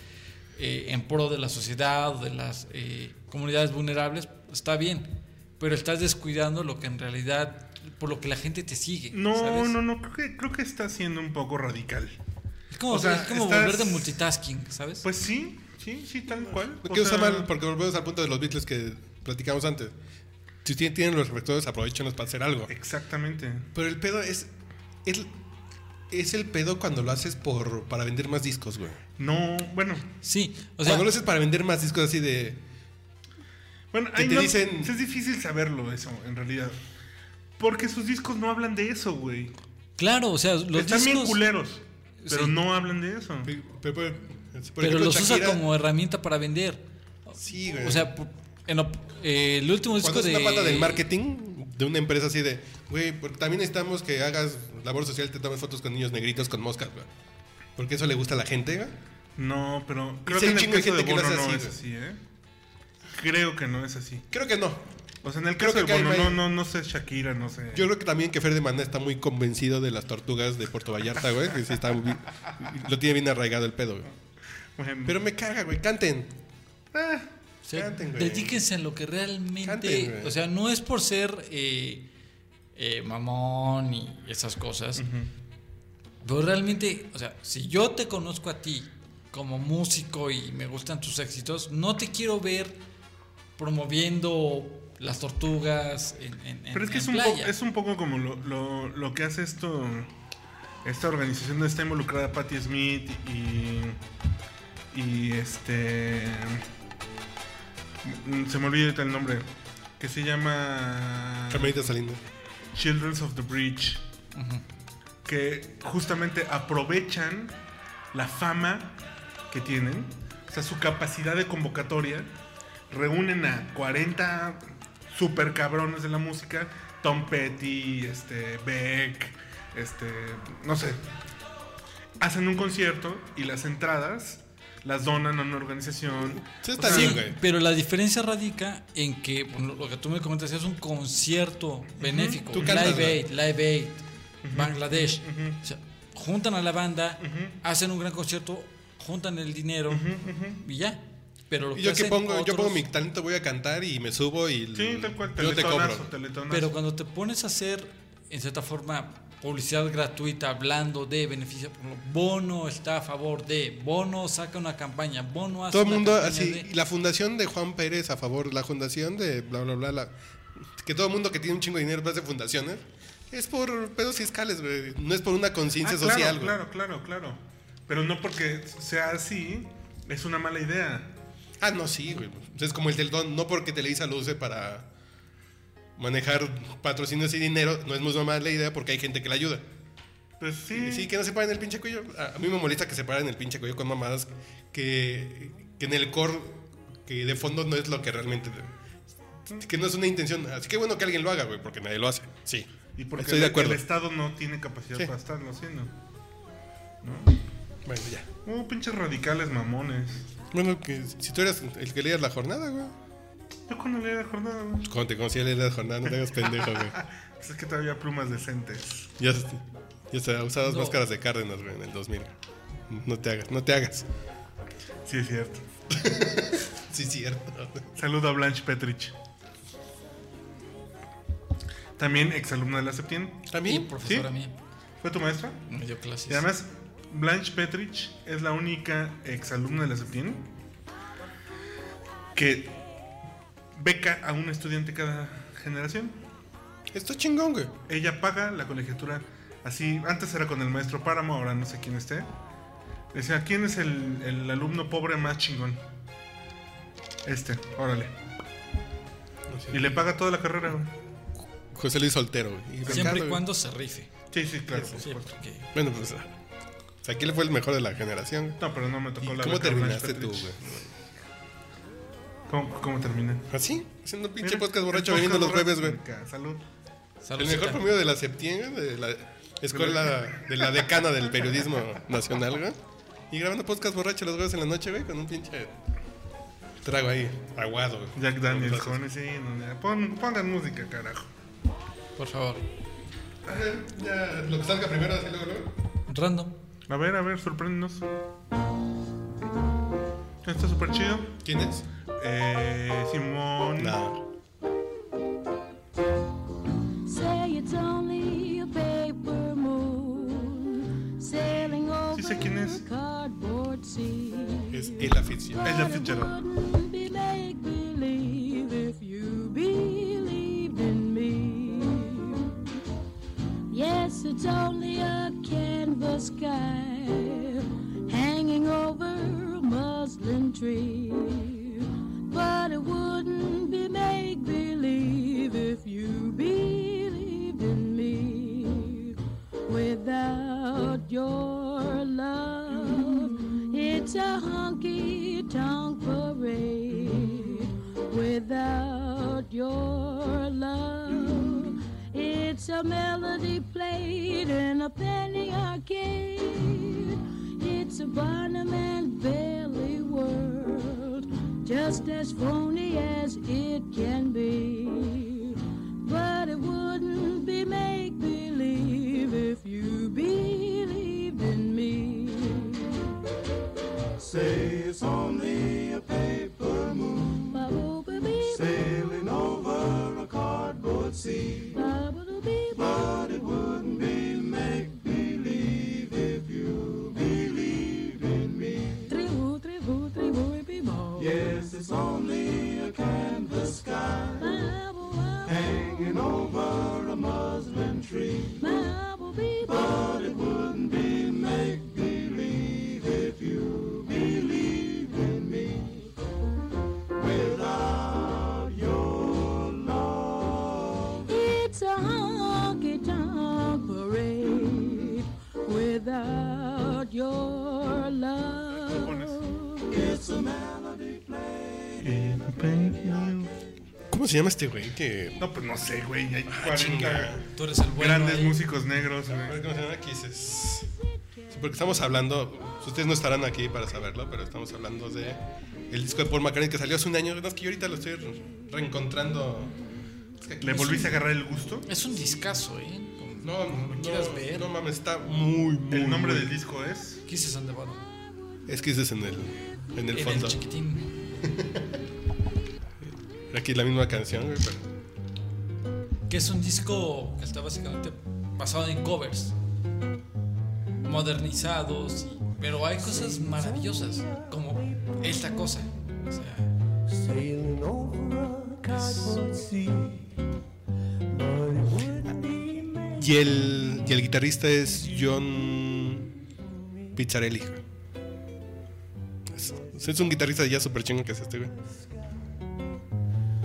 Speaker 3: eh, en pro de la sociedad, de las eh, comunidades vulnerables, está bien, pero estás descuidando lo que en realidad, por lo que la gente te sigue.
Speaker 2: No,
Speaker 3: ¿sabes?
Speaker 2: no, no, creo que, creo que está siendo un poco radical.
Speaker 3: Es como,
Speaker 2: O sea,
Speaker 3: es como
Speaker 2: estás-
Speaker 3: volver de multitasking, ¿sabes?
Speaker 2: Pues sí, sí, sí, tal cual.
Speaker 1: ¿Por
Speaker 2: O
Speaker 1: qué usa
Speaker 2: sea,
Speaker 1: mal? Porque volvemos al punto de los Beatles que platicamos antes. Si ustedes tienen los reflectores, aprovechenlos para hacer algo.
Speaker 2: Exactamente.
Speaker 1: Pero el pedo es. Es, es el pedo cuando lo haces por para vender más discos, güey.
Speaker 2: No, bueno,
Speaker 3: sí, o sea,
Speaker 1: cuando lo haces para vender más discos así de.
Speaker 2: Bueno,
Speaker 1: Que
Speaker 2: ahí
Speaker 1: te
Speaker 2: no-
Speaker 1: dicen-
Speaker 2: Es difícil saberlo eso, en realidad. Porque sus discos no hablan de eso, güey.
Speaker 3: Claro, o sea, los
Speaker 2: Están bien
Speaker 3: discos.
Speaker 2: culeros, pero
Speaker 3: Sí.
Speaker 2: no hablan de eso.
Speaker 1: Pe- pe- pe- por
Speaker 3: pero
Speaker 1: ejemplo,
Speaker 3: los usa
Speaker 1: Shakira-
Speaker 3: como herramienta para vender.
Speaker 1: Sí, güey.
Speaker 3: O sea, pu- en op- eh, el último disco
Speaker 1: Cuando es
Speaker 3: de.
Speaker 1: una pata del marketing de una empresa así de, güey, porque también necesitamos que hagas labor social, te tomes fotos con niños negritos, con moscas, güey. Porque eso le gusta a la gente, güey.
Speaker 2: No, pero creo
Speaker 1: sí
Speaker 2: que
Speaker 1: hay
Speaker 2: en el
Speaker 1: chingo de
Speaker 2: caso de
Speaker 1: gente que lo
Speaker 2: Bono
Speaker 1: hace así,
Speaker 2: no es
Speaker 1: güey.
Speaker 2: así, ¿eh? Creo que no es así.
Speaker 1: Creo que no.
Speaker 2: O sea, en el
Speaker 1: Creo
Speaker 2: caso de
Speaker 1: que acá
Speaker 2: Bono,
Speaker 1: hay-
Speaker 2: no, no, no sé Shakira, no sé.
Speaker 1: Yo creo que también que Fer de Maná está muy convencido de las tortugas de Puerto Vallarta, güey. Que sí está muy- lo tiene bien arraigado el pedo, güey.
Speaker 2: Bueno,
Speaker 1: Pero me caga, güey. Canten. Ah,
Speaker 3: O sea,
Speaker 1: canten, güey.
Speaker 3: dedíquense a lo que realmente.
Speaker 1: Canten, güey.
Speaker 3: o sea, no es por ser eh, eh, mamón y esas cosas. Pero realmente, o sea, si yo te conozco a ti como músico y me gustan tus éxitos, no te quiero ver promoviendo las tortugas en, en- en-
Speaker 2: pero es que
Speaker 3: en
Speaker 2: es un, po-
Speaker 3: playa.
Speaker 2: es un poco como lo, lo, lo que hace esto. Esta organización donde está involucrada Patti Smith y. Y este. mm, Se me olvida ahorita el nombre. Que se llama.
Speaker 1: Carmelita Salinas.
Speaker 2: Children's of the Bridge, que justamente aprovechan la fama que tienen, o sea, su capacidad de convocatoria, reúnen a 40 super cabrones de la música, Tom Petty, este, Beck, este, no sé, hacen un concierto y las entradas las donan a una organización.
Speaker 1: Sí,
Speaker 2: O
Speaker 1: está
Speaker 2: sea,
Speaker 1: bien,
Speaker 3: Sí,
Speaker 1: güey.
Speaker 3: pero la diferencia radica en que bueno, lo que tú me comentas es un concierto benéfico,
Speaker 1: Tú
Speaker 3: un
Speaker 1: cantas,
Speaker 3: Live
Speaker 1: güey.
Speaker 3: Aid, Live Aid, Bangladesh. O sea, juntan a la banda, hacen un gran concierto, juntan el dinero y ya. Pero lo
Speaker 1: Y
Speaker 3: que
Speaker 1: yo que
Speaker 3: hacen
Speaker 1: pongo, yo
Speaker 3: otros-
Speaker 1: pongo mi talento, voy a cantar y me subo y
Speaker 2: Sí, tal cual,
Speaker 1: yo te cobro.
Speaker 2: teletonazo, teletonazo.
Speaker 3: Pero cuando te pones a hacer, en cierta forma, publicidad gratuita, hablando de beneficios, por ejemplo, Bono está a favor de, Bono saca una campaña, Bono hace
Speaker 1: Todo el
Speaker 3: una
Speaker 1: mundo
Speaker 3: Ah, campaña
Speaker 1: así,
Speaker 3: de-
Speaker 1: y la fundación de Juan Pérez a favor, la fundación de bla bla bla, la- que todo el mundo que tiene un chingo de dinero hace fundaciones, es por pedos fiscales, güey, no es por una conciencia
Speaker 2: Ah,
Speaker 1: social, güey.
Speaker 2: Claro, claro, claro, claro. Pero no porque sea así, es una mala idea.
Speaker 1: Ah, no, sí, güey. Es como el Teletón, no porque Televisa lo use para manejar patrocinios y dinero, no es muy mala idea porque hay gente que la ayuda.
Speaker 2: Pues sí.
Speaker 1: Sí, que no se paren el pinche cuello. A, a mí me molesta que se paren el pinche cuello con mamadas que, que en el core, que de fondo no es lo que realmente... Que no es una intención. Así que bueno que alguien lo haga, güey, porque nadie lo hace. Sí.
Speaker 2: y porque
Speaker 1: estoy de
Speaker 2: el-
Speaker 1: acuerdo.
Speaker 2: el Estado no tiene capacidad
Speaker 1: Sí.
Speaker 2: para estarlo haciendo.
Speaker 1: Bueno, ya.
Speaker 2: Uh, pinches radicales mamones.
Speaker 1: Bueno, que si tú eras el que leías la jornada, güey.
Speaker 2: Yo cuando leía la jornada, güey,
Speaker 1: Cuando te conocí a leer la jornada, no te hagas pendejo, güey.
Speaker 2: pues es que todavía había plumas decentes.
Speaker 1: Ya, ya se usabas
Speaker 3: No.
Speaker 1: máscaras de Cárdenas, güey, en el 2000. No te hagas, no te hagas.
Speaker 2: Sí, es cierto.
Speaker 1: Sí, cierto.
Speaker 2: Saludo a Blanche Petrich. También exalumna de la Septien.
Speaker 3: Y
Speaker 1: También.
Speaker 3: profesora
Speaker 2: ¿Sí?
Speaker 3: mía,
Speaker 2: ¿Fue tu maestra?
Speaker 3: me dio clases.
Speaker 2: Y además, Blanche Petrich es la única exalumna de la Septien que beca a un estudiante cada generación.
Speaker 1: Esto es chingón, güey.
Speaker 2: Ella paga la colegiatura así. Antes era con el maestro Páramo, ahora no sé quién esté. Decía, ¿quién es el, el alumno pobre más chingón? Este, órale. Y le paga toda la carrera. güey.
Speaker 1: José Luis soltero, güey. Y
Speaker 3: Siempre y
Speaker 1: Ricardo,
Speaker 3: cuando se rife.
Speaker 2: Sí, sí, claro. por
Speaker 3: Sí,
Speaker 2: supuesto.
Speaker 3: porque
Speaker 1: güey. Bueno, pues. ah, o sea, aquí le fue el mejor de la generación.
Speaker 2: No, pero no me tocó
Speaker 1: ¿Y
Speaker 2: la
Speaker 1: ¿Cómo
Speaker 2: beca Blanche
Speaker 1: terminaste tú,
Speaker 2: Petrich.
Speaker 1: güey?
Speaker 2: ¿Cómo, cómo terminé?
Speaker 1: ¿Así? Haciendo pinche
Speaker 2: Mira,
Speaker 1: podcast borracho
Speaker 2: el
Speaker 1: bebiendo los
Speaker 2: podcast
Speaker 1: jueves, güey.
Speaker 2: borracho, venga, Salud.
Speaker 1: El
Speaker 3: saludos
Speaker 1: mejor
Speaker 3: acá.
Speaker 1: promedio de la septiembre, de la escuela, de la decana del periodismo nacional, güey. Y grabando podcast borracho los jueves en la noche, güey, con un pinche trago ahí, aguado, güey.
Speaker 2: Jack Daniels,
Speaker 1: Entonces,
Speaker 2: jóvenes, sí. no, ya. Pon- pongan música, carajo.
Speaker 3: Por favor.
Speaker 1: Ya, lo que salga primero, así luego, luego.
Speaker 3: Random.
Speaker 2: A ver, a ver, sorpréndenos. Está súper chido.
Speaker 1: ¿Quién es?
Speaker 2: Eh, Simón.
Speaker 1: No.
Speaker 5: Say it's only a paper moon sailing over
Speaker 2: sé quién es.
Speaker 5: a cardboard sea.
Speaker 1: Es el aficionado.
Speaker 2: Ella
Speaker 5: But it
Speaker 2: Fitzgerald.
Speaker 5: wouldn't be make believe if you believed in me. Yes, it's only a canvas sky hanging over a muslin tree. But it wouldn't be It's a honky tonk parade without your love. It's a melody played in a penny arcade. It's a Barnum and Bailey world, just as phony as it can be. But it wouldn't be make believe if you believed in me.
Speaker 6: Say it's only a paper moon sailing over a cardboard sea. But it wouldn't be make believe if you believed in me. Yes, it's only a canvas sky hanging over a muslin tree. But it wouldn't be make believe if you believed in me. Without your love,
Speaker 5: It's a honky tonk parade without your love.
Speaker 6: it's a melody played
Speaker 2: Eh,
Speaker 6: in a
Speaker 1: ¿Cómo se llama este güey? Que.
Speaker 2: No, pues no sé, güey. Hay
Speaker 1: Ah,
Speaker 2: 40
Speaker 1: chinga.
Speaker 3: Tú eres el bueno.
Speaker 2: grandes
Speaker 3: ahí.
Speaker 2: músicos negros,
Speaker 1: A ver
Speaker 2: güey.
Speaker 1: cómo se llama, Kisses. Sí, porque estamos hablando, ustedes no estarán aquí para saberlo, pero estamos hablando de el disco de Paul McCartney que salió hace un año. No, es que yo ahorita lo estoy re- reencontrando. Es que aquí-
Speaker 2: ¿Le volviste a agarrar el gusto?
Speaker 3: Es un discazo, ¿eh? Con-
Speaker 1: No, no,
Speaker 3: ¿Lo
Speaker 1: no,
Speaker 3: quieras ver?
Speaker 1: no mames, está muy, muy.
Speaker 2: El nombre
Speaker 1: muy-
Speaker 2: del disco es.
Speaker 3: Kisses on the Bottom.
Speaker 1: Es Kisses en el, en el
Speaker 3: En
Speaker 1: fondo.
Speaker 3: el chiquitín.
Speaker 1: Aquí la misma canción, güey, pero.
Speaker 3: Que es un disco que está básicamente basado en covers. Modernizados. y- pero hay cosas maravillosas. Como esta cosa. O sea,
Speaker 6: Sailing over a cardboard sea, but it wouldn't be made.
Speaker 1: Y el, y el guitarrista es John Pizzarelli. güey. Es, es un guitarrista ya súper chingo que es este, güey.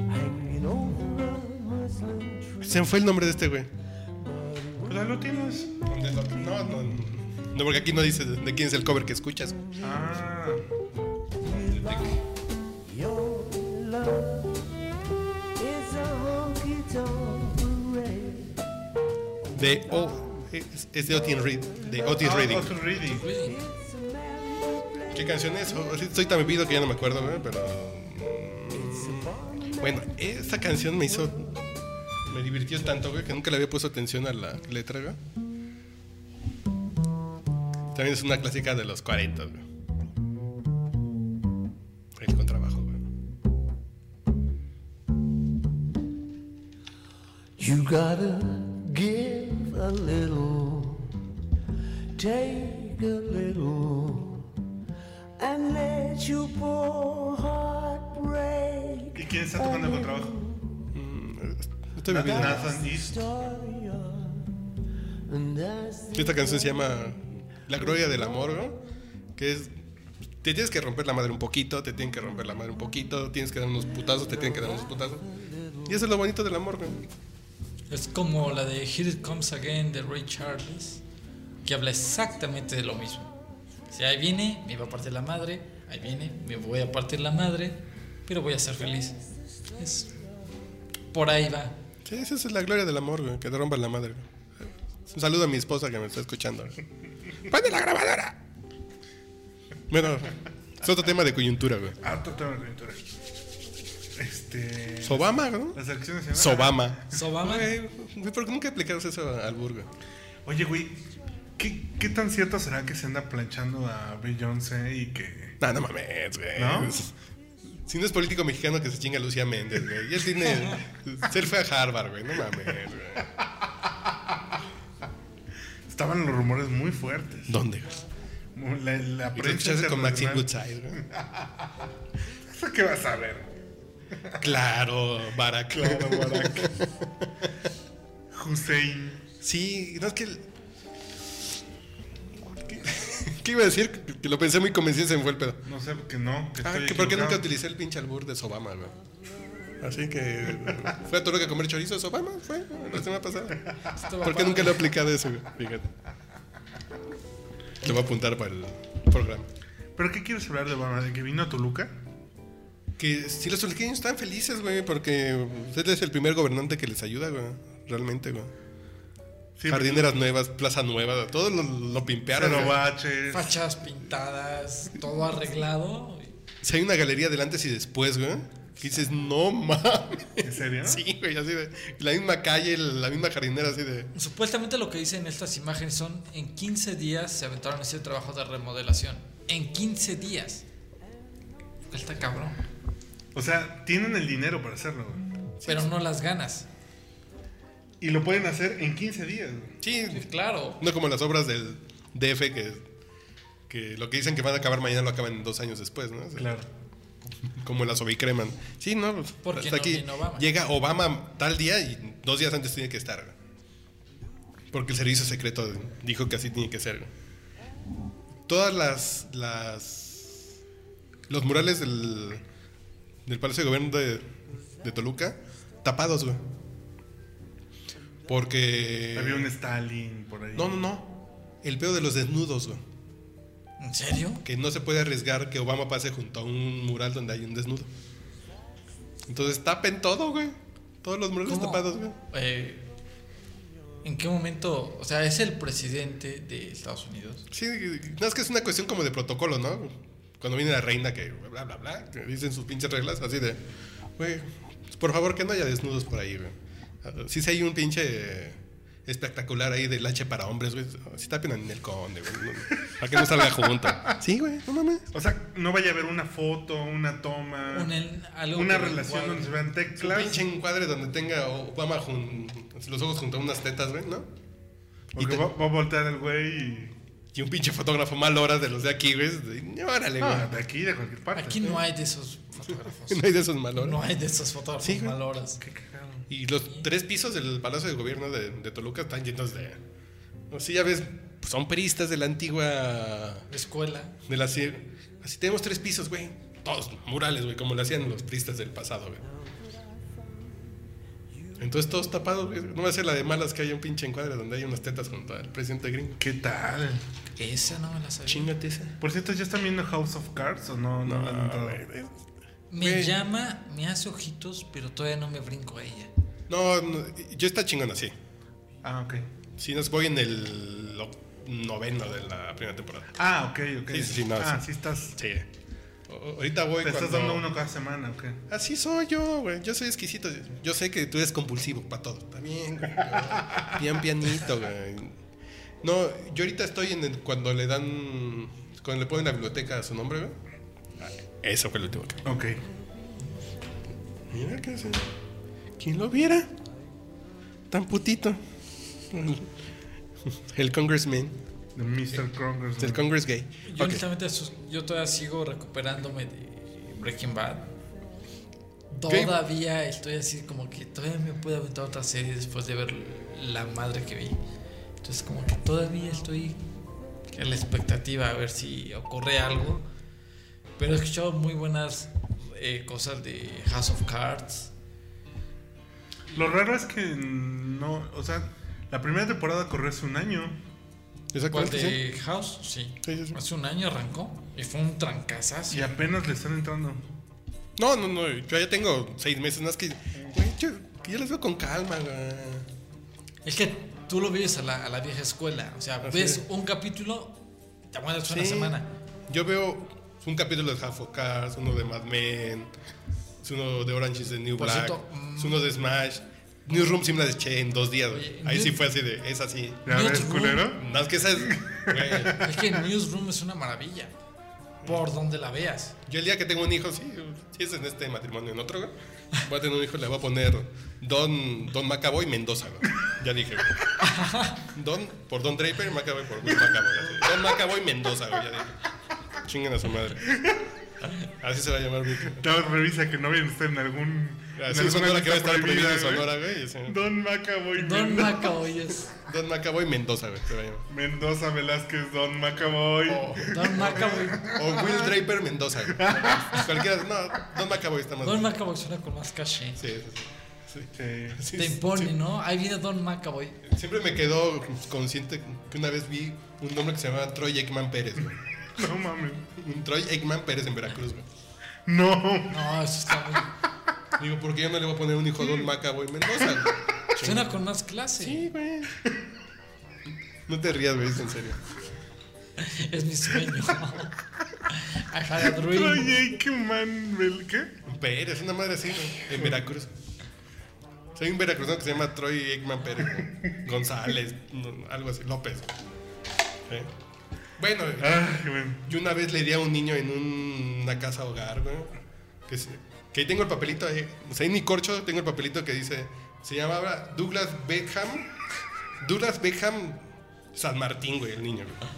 Speaker 6: Hanging over a muslin tree.
Speaker 1: Se me fue el nombre de este, güey.
Speaker 2: Pues ahí lo tienes.
Speaker 1: ¿Dónde lo- No, no, no. No, porque aquí no dice de de quién es el cover que escuchas.
Speaker 2: Ah,
Speaker 6: Your love is a honky-tonk parade.
Speaker 1: De O. Es, es de Otis Reed. De Otis
Speaker 2: ah,
Speaker 1: Reading.
Speaker 2: Otto Reading.
Speaker 3: really,
Speaker 1: ¿Qué canción es? Oh, sí, Estoy tan bebido que ya no me acuerdo, güey, pero. mm, Bueno, esta canción me hizo. Me divirtió tanto, güey, que nunca le había puesto atención a la letra, güey. También es una clásica de los 40, güey. El contrabajo, güey.
Speaker 6: You gotta give a little, take a little, and let your poor heart break.
Speaker 2: ¿Y quién está tocando el contrabajo?
Speaker 1: Estoy bebido.
Speaker 2: Nathan East.
Speaker 6: Story of, and that's
Speaker 1: Esta canción se llama La Gloria del Amor, güey, que es... Te tienes que romper la madre un poquito, te tienen que romper la madre un poquito, tienes que dar unos putazos, te tienen que dar unos putazos. Y eso es lo bonito del amor, güey.
Speaker 3: es como la de Here It Comes Again de Ray Charles. Que habla exactamente de lo mismo. Si ahí viene, me va a partir la madre. Ahí viene, me voy a partir la madre. Pero voy a ser feliz. Es. Por ahí va.
Speaker 1: Sí, esa es la gloria del amor, güey, que te rompan la madre. güey. Un saludo a mi esposa que me está escuchando. güey. ¡Ponte la grabadora! Bueno, es otro tema de coyuntura, güey.
Speaker 2: Ah, Otto Reading. Este.
Speaker 1: Sobama, ¿no?
Speaker 2: Las elecciones se
Speaker 1: Sobama.
Speaker 3: Sobama.
Speaker 1: Güey, güey, ¿por qué nunca aplicamos eso al burgo?
Speaker 2: Oye, güey, ¿qué, qué tan cierto será que se anda planchando a Beyoncé y que.
Speaker 1: No, no mames, güey.
Speaker 2: ¿No?
Speaker 1: Si no es político mexicano que se chinga a Lucía Méndez, güey. Y él tiene. él fue a Harvard, güey. No mames, güey.
Speaker 2: Estaban los rumores muy fuertes.
Speaker 1: ¿Dónde, güey?
Speaker 2: La, la
Speaker 1: Y lo
Speaker 2: prensa
Speaker 1: escuchaste con Maxine
Speaker 2: internacional.
Speaker 1: Woodside, güey.
Speaker 2: ¿Eso qué vas a ver?
Speaker 1: Claro, Barack. Claro, Barack.
Speaker 2: Hussein.
Speaker 1: Sí, no es que. el- ¿Qué, qué iba a decir? Que- Que lo pensé muy convencido y se me fue el pedo.
Speaker 2: No sé, que no. Que
Speaker 1: Ah,
Speaker 2: estoy
Speaker 1: que ¿por qué nunca
Speaker 2: equivocado.
Speaker 1: utilicé el pinche albur de Sobama, güey? Así que. ¿Fue a Toluca a comer chorizo? ¿Sobama? Fue la semana pasada. ¿Por qué nunca lo he aplicado eso, güey? Fíjate. Lo voy a apuntar para el programa.
Speaker 2: ¿Pero qué quieres hablar de Obama? ¿De que vino a Toluca?
Speaker 1: Que si los toluqueños están felices, güey, porque usted es el primer gobernante que les ayuda, güey. Realmente, güey.
Speaker 2: Sí,
Speaker 1: Jardineras nuevas, plaza nueva, todo lo, lo pimpearon.
Speaker 2: Cero
Speaker 1: güey.
Speaker 2: baches.
Speaker 3: Fachas pintadas, todo arreglado.
Speaker 1: Si hay una galería del antes y después, güey. Que dices, no mames.
Speaker 2: ¿En serio?
Speaker 1: Sí, güey, así de. La misma calle, la misma jardinera, así de.
Speaker 3: Supuestamente lo que dicen estas imágenes son en 15 días se aventaron a hacer trabajo de remodelación. En 15 días. Está cabrón.
Speaker 2: O sea, tienen el dinero para hacerlo, güey.
Speaker 3: Pero no las ganas.
Speaker 2: Y lo pueden hacer en 15 días, güey.
Speaker 1: Sí,
Speaker 3: Claro.
Speaker 1: no como las obras del DF que, que lo que dicen que van a acabar mañana lo acaban dos años después, ¿no? O sea, Como las obicreman. Sí, no, pues,
Speaker 3: Porque
Speaker 1: hasta
Speaker 3: no
Speaker 1: aquí
Speaker 3: viene Obama.
Speaker 1: llega Obama tal día y dos días antes tiene que estar. güey. Porque el servicio secreto dijo que así tiene que ser. güey. Todas las. las los murales del, del Palacio de Gobierno de, de Toluca tapados, güey. Porque.
Speaker 2: Había un Stalin por ahí.
Speaker 1: Eh, No, no, no. El pedo de los desnudos, güey.
Speaker 3: ¿En serio?
Speaker 1: Que no se puede arriesgar que Obama pase junto a un mural donde hay un desnudo. Entonces tapen todo, güey. Todos los murales
Speaker 3: ¿Cómo?
Speaker 1: tapados, güey.
Speaker 3: Eh, ¿En qué momento? O sea, es el presidente de Estados Unidos.
Speaker 1: Sí, no es que es una cuestión como de protocolo, ¿no? Cuando viene la reina que bla, bla, bla, que dicen sus pinches reglas, así de, güey, por favor que no haya desnudos por ahí, güey. Si sí, sí hay un pinche eh, espectacular ahí del H para hombres, güey. Si tapen en el conde, güey. no, para que no salga junto. Sí, güey, no mames.
Speaker 2: O sea, no vaya a haber una foto, una toma,
Speaker 3: Un en- algo
Speaker 2: una
Speaker 3: que lo
Speaker 2: relación
Speaker 3: encuadre.
Speaker 2: donde se vean
Speaker 1: Un
Speaker 2: teclas.
Speaker 1: pinche encuadre donde tenga Obama jun- los ojos junto a unas tetas, güey, ¿no? Y, te-
Speaker 2: Porque va, va a voltear el güey y...
Speaker 1: y un pinche fotógrafo mal horas de los de aquí, güey. es de, Órale, güey.
Speaker 2: Ah, de aquí, de cualquier parte.
Speaker 1: pues
Speaker 3: Aquí no hay de esos fotógrafos.
Speaker 1: No hay de esos mal horas.
Speaker 3: No hay de esos fotógrafos
Speaker 1: Sí, güey.
Speaker 3: maloras.
Speaker 2: Qué cagado.
Speaker 1: Y los tres pisos del Palacio de Gobierno de, de Toluca están llenos de... O sea, ya ves, pues, son peristas de la antigua...
Speaker 3: La escuela.
Speaker 1: De la, así, así tenemos tres pisos, güey. Todos murales, güey, como lo hacían los peristas del pasado, güey. Entonces todos tapados, güey. No va a ser la de malas que haya un pinche encuadre donde hay unas tetas junto al presidente gringo.
Speaker 2: ¿Qué tal?
Speaker 3: Esa no me la sabía.
Speaker 1: Chingate esa.
Speaker 2: Por cierto, ¿ya están viendo House of Cards o no? No, han entrado?
Speaker 1: Ah,
Speaker 3: Me
Speaker 1: Güey.
Speaker 3: llama, me hace ojitos, pero todavía no me brinco a ella.
Speaker 1: No, no, yo está chingona, sí.
Speaker 2: Ah, ok.
Speaker 1: Sí, nos voy en el lo- noveno de la primera temporada.
Speaker 2: Ah, ok, ok.
Speaker 1: Sí, sí, sí, no,
Speaker 2: ah,
Speaker 1: sí.
Speaker 2: sí estás...
Speaker 1: Sí. O- o- ahorita voy
Speaker 2: Te estás
Speaker 1: cuando-
Speaker 2: dando uno cada semana, ok.
Speaker 1: Así soy yo, güey. Yo soy exquisito. Yo sé que tú eres compulsivo para todo. Está bien, güey. Yo- Pian pianito, güey. No, yo ahorita estoy en el- cuando le dan. Cuando le ponen la biblioteca a su nombre, güey. Ah, Eso fue el último que.
Speaker 2: Ok.
Speaker 1: Mira que se. ¿Quién lo viera? Tan putito. El congressman.
Speaker 2: The Mr. Krongers.
Speaker 1: El congress gay.
Speaker 3: Yo
Speaker 1: Ok.
Speaker 3: honestamente sus- yo todavía sigo recuperándome de Breaking Bad.
Speaker 1: Game-
Speaker 3: Todavía estoy así como que todavía me puedo aventar otra serie después de ver la madre que vi. Entonces como que todavía estoy a la expectativa a ver si ocurre algo. Pero he escuchado muy buenas eh, cosas de House of Cards.
Speaker 2: Lo raro es que no... O sea, la primera temporada corrió hace un año.
Speaker 3: ¿Cuál
Speaker 1: Exactamente. sí.
Speaker 3: de House? Sí.
Speaker 1: Sí, sí, sí.
Speaker 3: Hace un año arrancó y fue un trancazazo.
Speaker 2: Y apenas le están entrando.
Speaker 1: No, no, no. Yo ya tengo seis meses más que. Güey, yo, que yo las veo con calma, güey.
Speaker 3: Es que tú lo vives a la, a la vieja escuela. O sea,
Speaker 1: Así
Speaker 3: ves
Speaker 1: es.
Speaker 3: un capítulo, te aguantas una
Speaker 1: Sí.
Speaker 3: semana.
Speaker 1: Yo veo un capítulo de Half of Cards, uno de Mad Men, es uno de Orange is the New
Speaker 3: Por
Speaker 1: Black,
Speaker 3: cierto, mm.
Speaker 1: es uno de Smash. Newsroom sí me la eché en dos días, güey.
Speaker 3: Oye,
Speaker 1: Ahí sí
Speaker 3: New-
Speaker 1: fue así de, es así.
Speaker 2: ¿Ya
Speaker 3: Yo
Speaker 2: ves,
Speaker 3: te-
Speaker 2: culero?
Speaker 1: Nada más que esa es, güey.
Speaker 3: Es que Newsroom es una maravilla. Por donde la veas.
Speaker 1: Yo el día que tengo un hijo, sí, si es en este matrimonio, en otro, güey, voy a tener un hijo, le voy a poner Don, Don Macaboy Mendoza, güey. Ya dije, güey. Don, por Don Draper, Macaboy por Will Macaboy. así. Don Macaboy Mendoza, güey, ya dije. Chinguen a su madre. Así se va a llamar mi hijo.
Speaker 2: Nada más revisa que no vayan a estar en algún... en
Speaker 1: Así
Speaker 2: alguna
Speaker 1: Sonora que va a
Speaker 2: lista
Speaker 1: estar prohibida en
Speaker 2: prohibida, güey.
Speaker 1: Sonora, güey. así.
Speaker 2: Don Macaboy.
Speaker 3: Don
Speaker 2: Mendoza.
Speaker 3: Macaboy es.
Speaker 1: Don Macaboy Mendoza, güey. se va a llamar.
Speaker 2: Mendoza Velázquez, Don Macaboy.
Speaker 1: Oh,
Speaker 3: Don Macaboy.
Speaker 1: O Will Draper Mendoza, güey. Cualquiera. No, Don Macaboy está más.
Speaker 3: Don
Speaker 1: bien.
Speaker 3: Macaboy suena con más caché.
Speaker 1: Sí, sí, sí. sí.
Speaker 2: Sí.
Speaker 1: Sí,
Speaker 3: Te
Speaker 1: sí,
Speaker 3: impone, ¿no? Ahí viene Don Macaboy.
Speaker 1: Siempre me quedó consciente que una vez vi un nombre que se llamaba Troy Ekman Pérez, güey.
Speaker 2: No mames.
Speaker 1: Un Troy Eggman Pérez en Veracruz, güey.
Speaker 2: No.
Speaker 3: No, eso está muy...
Speaker 1: Digo, ¿por qué yo no le voy a poner un hijo de un maca, güey? Mendoza, güey.
Speaker 3: Suena con más clase.
Speaker 1: Sí, güey. No te rías, güey, es en serio.
Speaker 3: Es mi sueño. I had a dream.
Speaker 2: Troy Aikman, ¿vel qué?
Speaker 1: Pérez, una madre así, güey. En Veracruz. Soy un veracruzano que se llama Troy Eggman Pérez, güey. González, no, algo así, López. güey. ¿Eh? Bueno, güey,
Speaker 2: Ah, qué bueno.
Speaker 1: yo una vez le di a un niño en un- una casa hogar, güey. Que, se- que ahí tengo el papelito, ahí. O sea, en mi corcho tengo el papelito que dice, se llamaba Douglas Beckham. Douglas Beckham San Martín, güey, el niño, güey.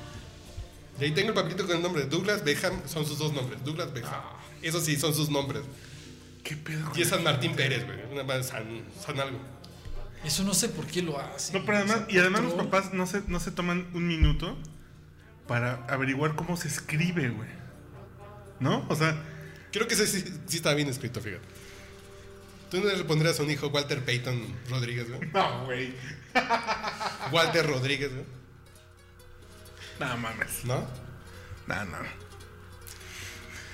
Speaker 1: Y ahí tengo el papelito con el nombre. Douglas Beckham son sus dos nombres. Douglas Beckham. Eso sí, son sus nombres.
Speaker 2: ¿Qué pedo?
Speaker 1: Y es San Martín Pérez, güey. Una madre San, San algo.
Speaker 3: Eso no sé por qué lo hace.
Speaker 2: No, pero además, y además los papás no se, no se toman un minuto para averiguar cómo se escribe, güey. ¿No? O sea,
Speaker 1: Creo que ese sí, sí está bien escrito, fíjate. Tú no le pondrías a un hijo Walter Payton Rodríguez, güey.
Speaker 2: no, güey.
Speaker 1: Walter Rodríguez, güey.
Speaker 2: No mames.
Speaker 1: ¿No?
Speaker 2: No, no.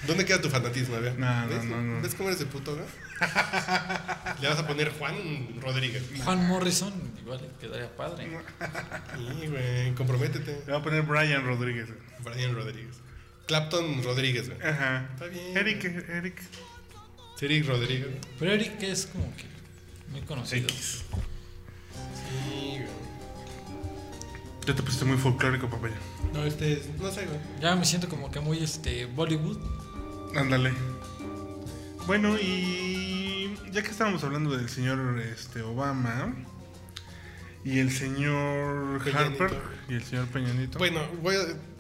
Speaker 1: ¿Dónde queda tu fanatismo, güey?
Speaker 2: No, no,
Speaker 1: ¿Ves?
Speaker 2: no, no.
Speaker 1: ¿Ves cómo eres de puto, güey? Le vas a poner Juan Rodríguez.
Speaker 3: Juan Morrison, igual le quedaría padre.
Speaker 1: Sí, güey. Comprométete.
Speaker 2: Le voy a poner Brian Rodríguez. güey.
Speaker 1: Brian Rodríguez. Clapton Rodríguez, güey.
Speaker 2: Ajá.
Speaker 1: Está bien.
Speaker 2: Eric, Eric.
Speaker 1: Eric Rodríguez. güey.
Speaker 3: Pero Eric es como que muy conocido.
Speaker 1: Sí, güey.
Speaker 2: Yo te pusiste muy folclórico, papaya.
Speaker 1: No, este es. No sé, güey.
Speaker 3: Ya me siento como que muy este Bollywood.
Speaker 2: Ándale. Bueno, y ya que estábamos hablando del señor este, Obama y el señor
Speaker 1: Peña
Speaker 2: Harper
Speaker 1: Nieto.
Speaker 2: y el señor Peñanito.
Speaker 1: Bueno, voy a-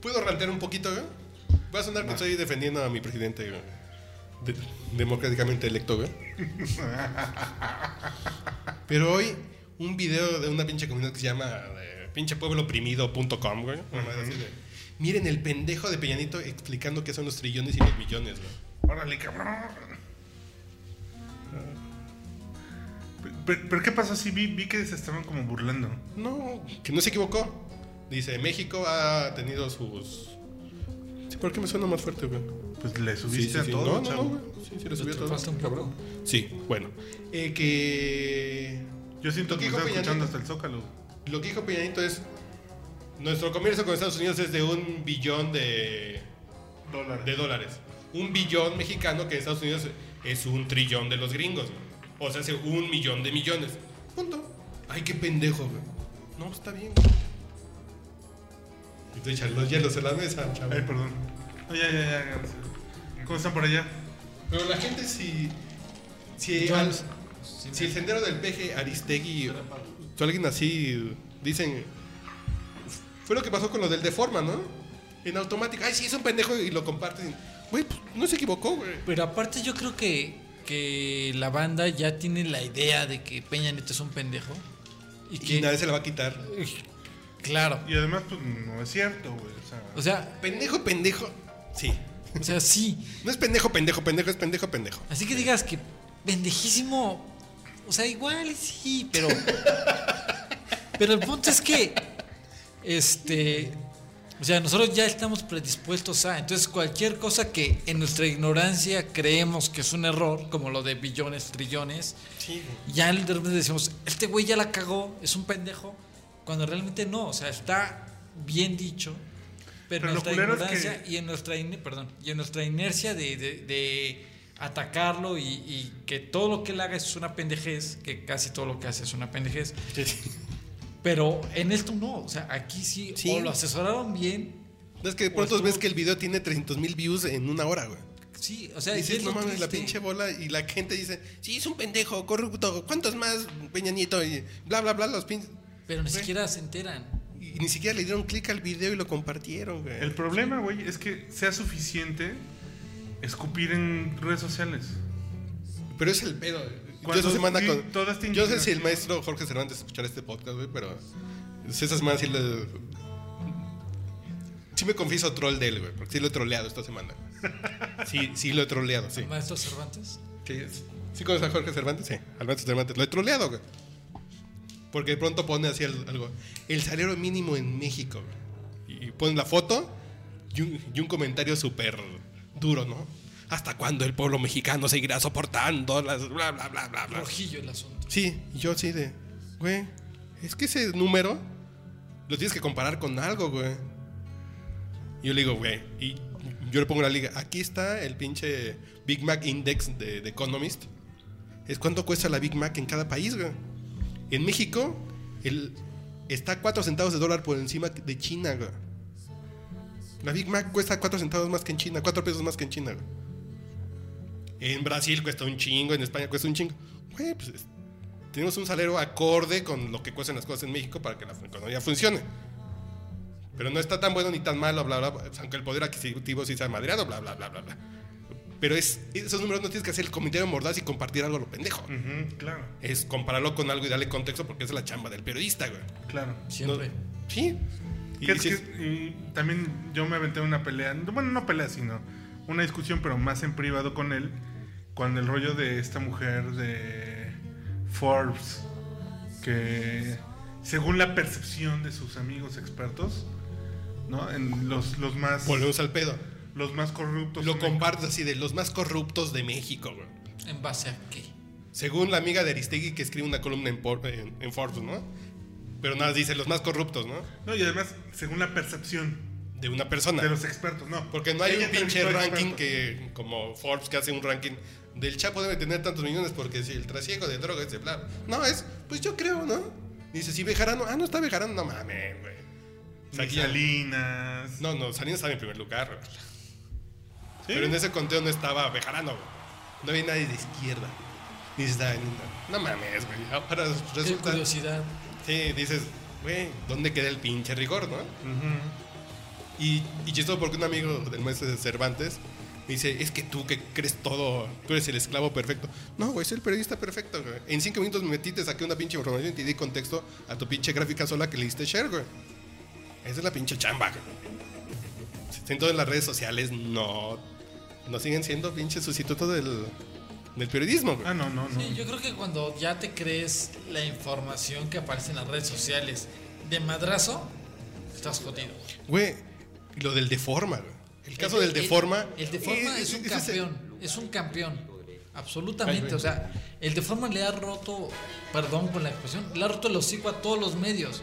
Speaker 1: ¿puedo rantear un poquito? güey? Va a sonar que estoy defendiendo a mi presidente güey. De- democráticamente electo, güey. Pero hoy un video de una pinche comunidad que se llama eh, pinchepuebloprimido.com, güey. Una madre así de, Miren el pendejo de Peñanito explicando qué son los trillones y los millones, güey.
Speaker 2: Órale, cabrón. Pe- pe- Pero, ¿qué pasó? Sí, vi, vi que se estaban como burlando.
Speaker 1: No, que no se equivocó. Dice, México ha tenido sus... Sí, ¿Por qué me suena más fuerte, güey?
Speaker 2: Pues le
Speaker 1: Sí,
Speaker 2: subiste
Speaker 1: sí,
Speaker 2: a
Speaker 1: sí.
Speaker 2: todo,
Speaker 1: No, no, no,
Speaker 2: chavo.
Speaker 1: güey. Sí, sí, le subí a
Speaker 3: Te
Speaker 1: Pues todo.
Speaker 3: falta un cabrón.
Speaker 1: Sí, bueno. Eh, que
Speaker 2: Yo siento
Speaker 1: Lo
Speaker 2: que
Speaker 1: que
Speaker 2: me
Speaker 1: dijo
Speaker 2: estaba
Speaker 1: Peña
Speaker 2: escuchando hasta el zócalo.
Speaker 1: lo que dijo Peñanito es, nuestro comercio con Estados Unidos es de un billón de,
Speaker 2: Dólar.
Speaker 1: de dólares. Un billón mexicano que en Estados Unidos es un trillón de los gringos. güey. O sea, hace un millón de millones. Punto. Ay, qué pendejo, güey. No, pues, está bien. güey. Y tú echas los hielos en la mesa, chavo.
Speaker 2: Ay, perdón. No, ya, ya, ya, ya. ¿Cómo están por allá?
Speaker 1: Pero la gente si... Si,
Speaker 3: Yo-
Speaker 1: al-
Speaker 3: sí,
Speaker 1: si el
Speaker 3: me-
Speaker 1: sendero del peje, Aristegui, o alguien así, dicen, fue lo que pasó con lo del deforma, ¿no? En automático, ay, sí, es un pendejo y lo comparten. Güey, pues, no se equivocó, güey.
Speaker 3: Pero aparte yo creo que, que la banda ya tiene la idea de que Peña Nieto es un pendejo. Y que,
Speaker 1: Y nadie se la va a quitar.
Speaker 3: claro.
Speaker 2: Y además, pues no es cierto, güey. O sea,
Speaker 3: O sea,
Speaker 1: Pendejo, pendejo. Sí.
Speaker 3: o sea, sí.
Speaker 1: No es pendejo, pendejo, pendejo, es pendejo, pendejo.
Speaker 3: Así que digas que pendejísimo. O sea, igual y sí, pero. pero el punto es que. Este. O sea, nosotros ya estamos predispuestos a. Entonces, cualquier cosa que en nuestra ignorancia creemos que es un error, como lo de billones, trillones,
Speaker 1: Sí, güey.
Speaker 3: ya de repente decimos, este güey ya la cagó, es un pendejo. Cuando realmente no, o sea, está bien dicho. Pero,
Speaker 2: Pero
Speaker 3: en
Speaker 2: lo
Speaker 3: nuestra
Speaker 2: culero es que-
Speaker 3: ignorancia y en nuestra, ine- perdón, y en nuestra inercia de, de- de atacarlo y, y que todo lo que él haga es una pendejez, que casi todo lo que hace es una pendejez.
Speaker 1: Sí, sí.
Speaker 3: Pero en esto no, o sea, aquí sí,
Speaker 1: Sí.
Speaker 3: o lo asesoraron bien,
Speaker 1: No es que de pronto ves que el video tiene 300 mil views en una hora, güey.
Speaker 3: sí, o sea, y
Speaker 1: Dices,
Speaker 3: es
Speaker 1: no
Speaker 3: lo
Speaker 1: mames, la
Speaker 3: triste.
Speaker 1: pinche bola. Y la gente dice, sí, es un pendejo, corrupto. ¿Cuántos más, Peña Nieto? Y bla, bla, bla, los pinches.
Speaker 3: Pero ni
Speaker 1: Güey.
Speaker 3: siquiera se enteran.
Speaker 1: Y ni siquiera le dieron clic al video y lo compartieron, güey.
Speaker 2: el problema, güey, es que sea suficiente escupir en redes sociales.
Speaker 1: Pero es el pedo. Yo
Speaker 2: Cuando
Speaker 1: esa semana
Speaker 2: sí,
Speaker 1: con-
Speaker 2: toda esta
Speaker 1: Yo sé si el
Speaker 2: indignación.
Speaker 1: maestro Jorge Cervantes escuchará este podcast, güey, pero. Esa semana sí le. Sí me confieso troll de él, güey, porque sí lo he troleado esta semana. Sí, sí lo he troleado, sí.
Speaker 3: Maestro Cervantes.
Speaker 1: Sí, es- ¿sí conoces a Jorge Cervantes? Sí, al maestro Cervantes. Lo he troleado, güey. Porque de pronto pone así el- algo. El salario mínimo en México, güey. Y- Y ponen la foto Y un, y un comentario súper duro, ¿no? ¿Hasta cuándo el pueblo mexicano seguirá soportando las bla, bla, bla, bla, bla?
Speaker 3: Rojillo el asunto.
Speaker 1: Sí, y yo sí de, güey, es que ese número lo tienes que comparar con algo, güey. Y yo le digo, güey, y yo le pongo la liga, aquí está el pinche Big Mac Index de, de Economist. Es cuánto cuesta la Big Mac en cada país, güey. En México, el, está 4 centavos de dólar por encima de China, güey. La Big Mac cuesta 4 centavos más que en China, 4 pesos más que en China, güey. En Brasil cuesta un chingo, en España cuesta un chingo. Güey, pues es- tenemos un salario acorde con lo que cuestan las cosas en México para que la economía funcione. Pero no está tan bueno ni tan malo, bla, bla, bla. Aunque el poder adquisitivo sí sea madreado, bla, bla, bla, bla, bla. Pero es, esos números no tienes que hacer el comentario mordaz y compartir algo a lo pendejo.
Speaker 2: Ujú, claro,
Speaker 1: Es compararlo con algo y darle contexto porque esa es la chamba del periodista, güey.
Speaker 2: claro.
Speaker 3: Siempre.
Speaker 1: Sí. Y
Speaker 2: Que es
Speaker 1: dices,
Speaker 2: que- y también yo me aventé una pelea, bueno, no pelea, sino una discusión, pero más en privado con él, cuando el rollo de esta mujer de Forbes, que según la percepción de sus amigos expertos, ¿no? En los, los más
Speaker 1: volvemos al pedo.
Speaker 2: los más corruptos.
Speaker 1: Lo
Speaker 2: en-
Speaker 1: compartes así de los más corruptos de México, güey.
Speaker 3: ¿En base a qué?
Speaker 1: Según la amiga de Aristegui que escribe una columna en, Por- en- en Forbes, ¿no? Pero nada, dice los más corruptos, ¿no?
Speaker 2: No, y además, según la percepción
Speaker 1: De una persona.
Speaker 2: de los expertos, no.
Speaker 1: Porque no hay
Speaker 2: Ella
Speaker 1: un pinche
Speaker 2: entrevistó a
Speaker 1: ranking
Speaker 2: expertos.
Speaker 1: que, como Forbes, que hace un ranking del Chapo debe tener tantos millones porque si el trasiego de droga, este bla. No, es, pues yo creo, ¿no? Dice, si Bejarano, ah, no está Bejarano, no mames, güey. O sea,
Speaker 2: Ni
Speaker 1: aquí ya-
Speaker 2: Salinas.
Speaker 1: No, no, Salinas estaba en primer lugar, güey. Pero en ese conteo no estaba Bejarano, güey. No había nadie de izquierda. Ni estaba en No mames, güey. Ahora
Speaker 3: Qué
Speaker 1: resulta.
Speaker 3: curiosidad.
Speaker 1: Sí, dices, güey, ¿dónde queda el pinche rigor, no?
Speaker 2: Ujú.
Speaker 1: Y, y chistoso porque un amigo del maestro de Cervantes me dice, es que tú que crees todo, tú eres el esclavo perfecto. No, güey, soy el periodista perfecto, güey. En cinco minutos me metí, te saqué una pinche información y te di contexto a tu pinche gráfica sola que le diste share, güey. Esa es la pinche chamba, güey. Entonces las redes sociales no, no siguen siendo pinche sustituto del, del periodismo, güey.
Speaker 2: Ah, no, no, no.
Speaker 3: Sí, yo creo que cuando ya te crees la información que aparece en las redes sociales de madrazo, estás jodido.
Speaker 1: Güey, y lo del deforma, güey. El caso del
Speaker 3: de
Speaker 1: deforma.
Speaker 3: El deforma
Speaker 1: eh,
Speaker 3: es un
Speaker 1: ese-
Speaker 3: campeón. Es un campeón. Absolutamente. O sea, el deforma le ha roto, perdón con la expresión, le ha roto el hocico a todos los medios.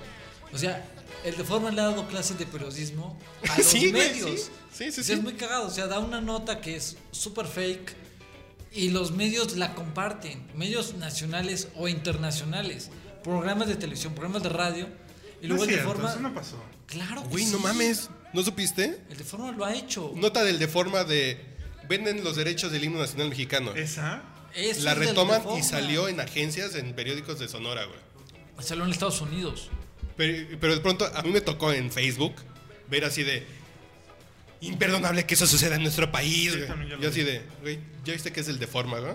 Speaker 3: O sea, el deforma le ha dado clases de periodismo a los
Speaker 1: Sí, güey,
Speaker 3: medios.
Speaker 1: sí. Sí, sí,
Speaker 3: O sea,
Speaker 1: sí.
Speaker 3: Es muy cagado. O sea, da una nota que es súper fake y los medios la comparten. Medios nacionales o internacionales. Programas de televisión, programas de radio. Y
Speaker 2: No
Speaker 3: luego
Speaker 2: es
Speaker 3: el
Speaker 2: cierto,
Speaker 3: deforma.
Speaker 2: eso no pasó.
Speaker 3: Claro que
Speaker 1: Güey, no
Speaker 3: sí.
Speaker 1: mames. ¿No supiste?
Speaker 3: El deforma lo ha hecho.
Speaker 1: Nota del de forma de venden los derechos del himno nacional mexicano.
Speaker 2: Esa.
Speaker 3: Eso
Speaker 1: la
Speaker 3: es del
Speaker 1: retoman
Speaker 3: Reforma.
Speaker 1: y salió en agencias, en periódicos de Sonora, güey.
Speaker 3: Salió en Estados Unidos.
Speaker 1: Pero, pero de pronto a mí me tocó en Facebook ver así de imperdonable que eso suceda en nuestro país,
Speaker 2: Sí,
Speaker 1: güey.
Speaker 2: también yo lo
Speaker 1: Yo
Speaker 2: vi.
Speaker 1: así de, güey, ya viste que es el de forma, güey.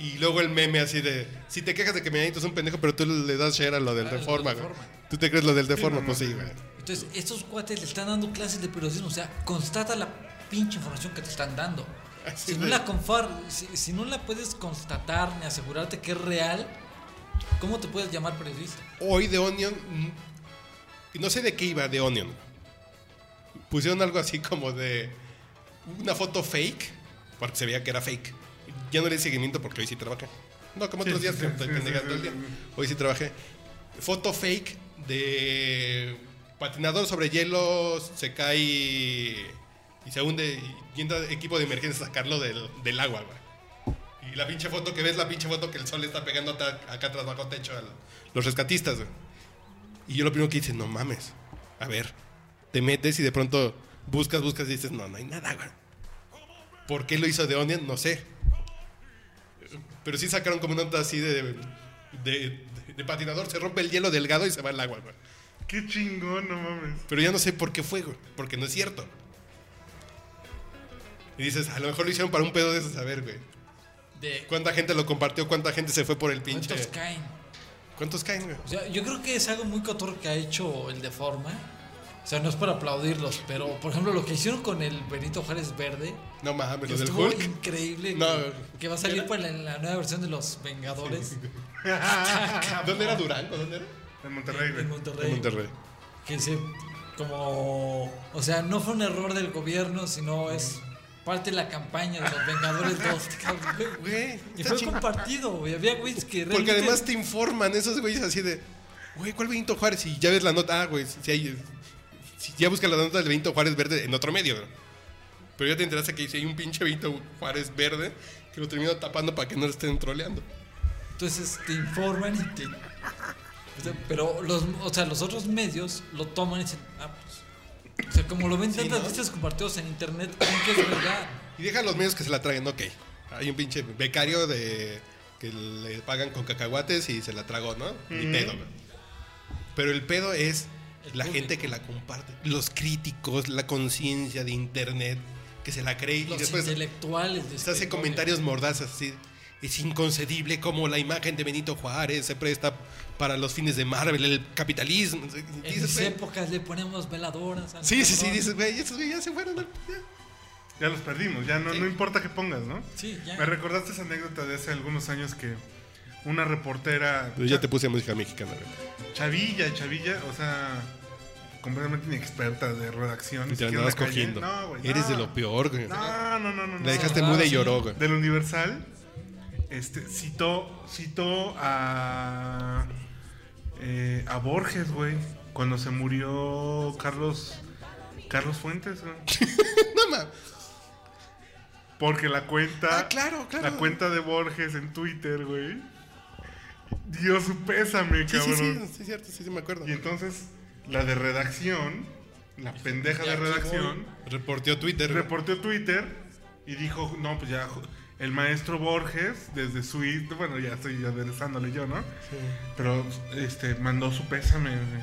Speaker 1: Y luego el meme así de, si te quejas de que Meñanito es un pendejo, pero tú le das share a lo del
Speaker 3: Ah, el
Speaker 1: de forma,
Speaker 3: de
Speaker 1: güey.
Speaker 3: Reforma.
Speaker 1: ¿Tú te crees lo del de forma?
Speaker 2: no,
Speaker 1: pues
Speaker 2: no,
Speaker 1: sí,
Speaker 2: no.
Speaker 1: güey.
Speaker 3: Entonces, estos cuates le están dando clases de periodismo. O sea, constata la pinche información que te están dando.
Speaker 1: Así
Speaker 3: Si no,
Speaker 1: de-
Speaker 3: la confar- si, si no la puedes constatar ni asegurarte que es real, ¿cómo te puedes llamar periodista?
Speaker 1: Hoy The Onion, mm, y no sé de qué iba The Onion. Pusieron algo así como de una foto fake, porque se veía que era fake. Ya no le di seguimiento porque hoy sí trabajé. No, como
Speaker 2: Sí,
Speaker 1: otros
Speaker 2: sí,
Speaker 1: días
Speaker 2: sí,
Speaker 1: que estoy
Speaker 2: sí,
Speaker 1: pendejando
Speaker 2: sí,
Speaker 1: el día.
Speaker 2: sí, sí.
Speaker 1: Hoy sí trabajé. Foto fake de patinador sobre hielo, se cae y y se hunde y entra equipo de emergencia a sacarlo del, del agua, güey. Y la pinche foto que ves, la pinche foto que el sol está pegando acá, acá atrás bajo techo a los rescatistas, güey. Y yo lo primero que hice, no mames. A ver, te metes y de pronto buscas, buscas y dices, no, no hay nada, güey. ¿Por qué lo hizo The Onion? No sé. Pero sí sacaron como una nota así de, de, de- de patinador, se rompe el hielo delgado y se va al agua, güey.
Speaker 2: Qué chingón, no mames.
Speaker 1: Pero ya no sé por qué fue, güey, porque no es cierto. Y dices, a lo mejor lo hicieron para un pedo de esos, a ver, güey.
Speaker 3: De
Speaker 1: ¿Cuánta gente lo compartió? ¿Cuánta gente se fue por el pinche?
Speaker 3: cuántos caen.
Speaker 1: ¿Cuántos caen, güey?
Speaker 3: O sea, yo creo que es algo muy cotorro que ha hecho el de forma. O sea, no es para aplaudirlos, pero por ejemplo, lo que hicieron con el Benito Juárez Verde.
Speaker 1: No mames, lo del
Speaker 3: estuvo
Speaker 1: Hulk.
Speaker 3: increíble.
Speaker 1: No.
Speaker 3: que va a salir para la, la nueva versión de Los Vengadores.
Speaker 1: ¿Dónde era Durango? ¿Dónde era?
Speaker 2: En Monterrey,
Speaker 3: En
Speaker 2: güey.
Speaker 3: Monterrey.
Speaker 1: Monterrey.
Speaker 3: Que se como, o sea, no fue un error del gobierno, sino es parte de la campaña de los Vengadores 2. cabrón, güey.
Speaker 1: Güey,
Speaker 3: Y
Speaker 1: está
Speaker 3: fue
Speaker 1: chingón.
Speaker 3: compartido, güey. Había güeyes que
Speaker 1: Porque
Speaker 3: realmente-
Speaker 1: además te informan esos güeyes así de, güey, ¿cuál Benito Juárez? Y ya ves la nota, ah, güey, si hay, si ya buscas la nota del Benito Juárez verde en otro medio, bro. Pero ya te enteraste que si hay un pinche Benito Juárez verde que lo termino tapando para que no lo estén troleando.
Speaker 3: Entonces te informan y te. o sea, pero los, o sea, los otros medios lo toman y dicen, ah, pues. O sea, como lo ven tantas
Speaker 1: ¿no?
Speaker 3: veces compartidos en internet, creen que es verdad.
Speaker 1: Y deja a los medios que se la traguen, ok. Hay un pinche becario de que le pagan con cacahuates y se la tragó, ¿no? Ni pedo, güey. Pero el pedo es
Speaker 3: El
Speaker 1: la
Speaker 3: público.
Speaker 1: gente que la comparte, los críticos, la conciencia de internet que se la cree y
Speaker 3: Los
Speaker 1: después
Speaker 3: intelectuales. de
Speaker 1: se hace
Speaker 3: este
Speaker 1: comentarios mordazas así. Es inconcebible cómo la imagen de Benito Juárez se presta para los fines de Marvel, el capitalismo.
Speaker 3: rollo. En
Speaker 1: Dices,
Speaker 3: mis
Speaker 1: güey,
Speaker 3: épocas le ponemos veladoras. al
Speaker 1: sí, sí, sí,
Speaker 3: cabrón.
Speaker 1: dices, güey, esos güey ya se fueron. al- ya.
Speaker 2: Ya los perdimos, ya no, no importa qué pongas, ¿no?
Speaker 3: Sí, ya.
Speaker 2: Me recordaste esa anécdota de hace algunos años que una reportera
Speaker 1: Pero ya te puse música mexicana, güey.
Speaker 2: chavilla, chavilla, o sea, completamente inexperta de redacción. ni
Speaker 1: Y te
Speaker 2: siquiera en
Speaker 1: andabas
Speaker 2: la calle.
Speaker 1: cogiendo.
Speaker 2: No, güey,
Speaker 1: Eres
Speaker 2: no.
Speaker 1: de lo peor, güey.
Speaker 2: No, no, no, no. no.
Speaker 1: La dejaste
Speaker 3: Ah,
Speaker 1: muda y
Speaker 3: sí.
Speaker 1: lloró, güey.
Speaker 2: Del Universal, este, citó, citó a, eh, a Borges, güey, cuando se murió Carlos, Carlos Fuentes, güey.
Speaker 1: No, ma.
Speaker 2: Porque la cuenta.
Speaker 1: Ah, claro, claro.
Speaker 2: La cuenta de Borges en Twitter, güey. Dio su pésame,
Speaker 1: Sí, sí,
Speaker 2: cabrón.
Speaker 1: sí, sí, es cierto, sí, sí, me acuerdo.
Speaker 2: Y entonces, la de redacción, la pendeja de
Speaker 3: Ya aquí
Speaker 1: ¿eh?
Speaker 2: redacción,
Speaker 1: Reporteó Twitter. güey.
Speaker 2: reportó Twitter y dijo: No, pues ya. jo- El maestro Borges, desde su. it- Bueno, ya estoy aderezándole yo, ¿no? Pero este, mandó su pésame, güey.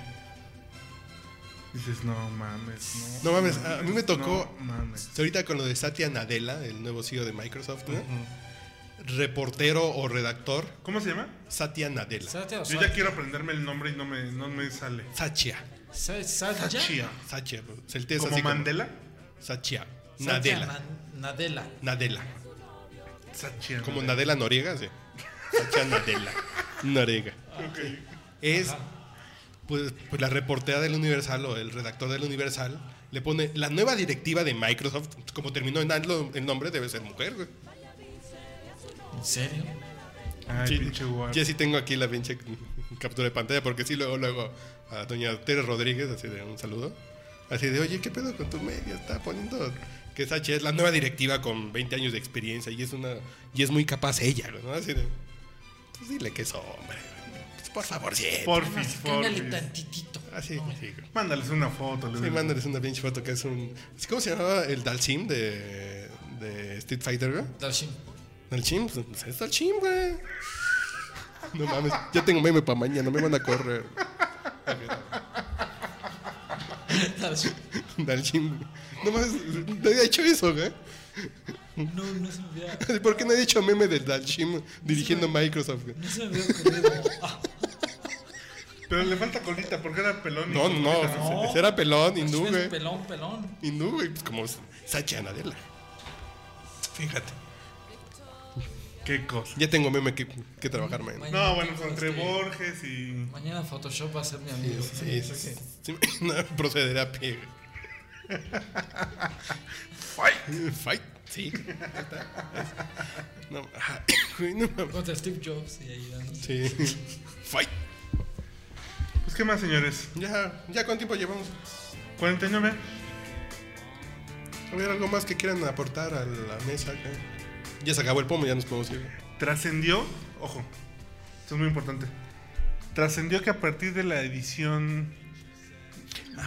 Speaker 2: Dices, no mames, no.
Speaker 1: No mames, a mí me tocó-
Speaker 2: No mames.
Speaker 1: Ahorita con lo de Satya Nadella, el nuevo CEO de Microsoft, ¿no? Reportero o redactor,
Speaker 2: ¿Cómo se llama?
Speaker 1: Satya Nadella.
Speaker 3: Satya o
Speaker 2: Yo ya
Speaker 3: Satya?
Speaker 2: quiero aprenderme el nombre y no me, no me sale.
Speaker 1: Satya.
Speaker 3: Sa- Satya?
Speaker 2: Chia.
Speaker 1: Satya. bro. Es el test
Speaker 2: ¿Como
Speaker 1: así como-
Speaker 2: Mandela?
Speaker 1: Satya.
Speaker 3: Satya
Speaker 1: Nadella.
Speaker 3: Man- Nadella.
Speaker 1: Nadella.
Speaker 2: Sachia.
Speaker 1: Como Nadella Noriega, sí. Satya Nadella. Noriega.
Speaker 2: Ok.
Speaker 1: es pues, pues, la reportera del Universal o el redactor del Universal le pone la nueva directiva de Microsoft, como terminó en Andlo- el nombre, debe ser mujer, güey.
Speaker 3: ¿En serio?
Speaker 2: Ay,
Speaker 1: Sí,
Speaker 2: pinche guapo.
Speaker 1: Ya sí tengo aquí la pinche captura de pantalla, porque sí, luego, luego a doña Tere Rodríguez, así de un saludo. Así de, oye, ¿qué pedo con tu media? Está poniendo que esa che es la nueva directiva con 20 años de experiencia y es una y es muy capaz ella, ¿no? Así de, pues dile que es hombre, güey. Pues, por favor, sí.
Speaker 2: Porfis,
Speaker 3: Cándale
Speaker 2: porfis.
Speaker 3: tantitito.
Speaker 1: Así, así, güey.
Speaker 2: Mándales una foto. le
Speaker 1: Sí,
Speaker 2: digo.
Speaker 1: mándales una pinche foto que es un. ¿Cómo se llamaba el Dalsim de, de Street Fighter, güey?
Speaker 3: Dalshin.
Speaker 1: Dalsim, pues es Dalsim, güey. No mames, ya tengo meme para mañana, me van a correr.
Speaker 3: Dalshin.
Speaker 1: Dalsim. No mames, nadie ha hecho eso, güey.
Speaker 3: No, no se me había,
Speaker 1: ¿Por qué nadie ha hecho meme del Dalsim dirigiendo Microsoft, güey?
Speaker 3: no se me había ocurrido. Ah,
Speaker 2: Pero le falta colita porque era pelón. y
Speaker 1: No,
Speaker 2: con
Speaker 1: no, no.
Speaker 2: colita,
Speaker 3: No.
Speaker 1: Ese era pelón, hindú,
Speaker 3: pues, es
Speaker 1: güey.
Speaker 3: Pelón, pelón.
Speaker 1: Hindú, güey, pues como Sacha Nadella. Fíjate.
Speaker 2: Qué cosa.
Speaker 1: Ya tengo meme que, que trabajar mañana.
Speaker 2: No, bueno, pues, entre
Speaker 3: este,
Speaker 2: Borges y.
Speaker 3: Mañana Photoshop va a ser mi amigo.
Speaker 1: Sí, sí, sí. Sí, no, procederá a pie. Fight. Fight. Sí. ya está. No, ah, güey, no mames.
Speaker 3: Contra Steve Jobs y ahí dando.
Speaker 1: Sí. Fight.
Speaker 2: Pues, ¿qué más, señores?
Speaker 1: Ya, ya cuánto tiempo llevamos.
Speaker 2: 49.
Speaker 1: A ver, algo más que quieran aportar a la mesa. acá? Ya se acabó el pomo, ya nos podemos ir.
Speaker 2: Trascendió. Ojo. Esto es muy importante. Trascendió que a partir de la edición.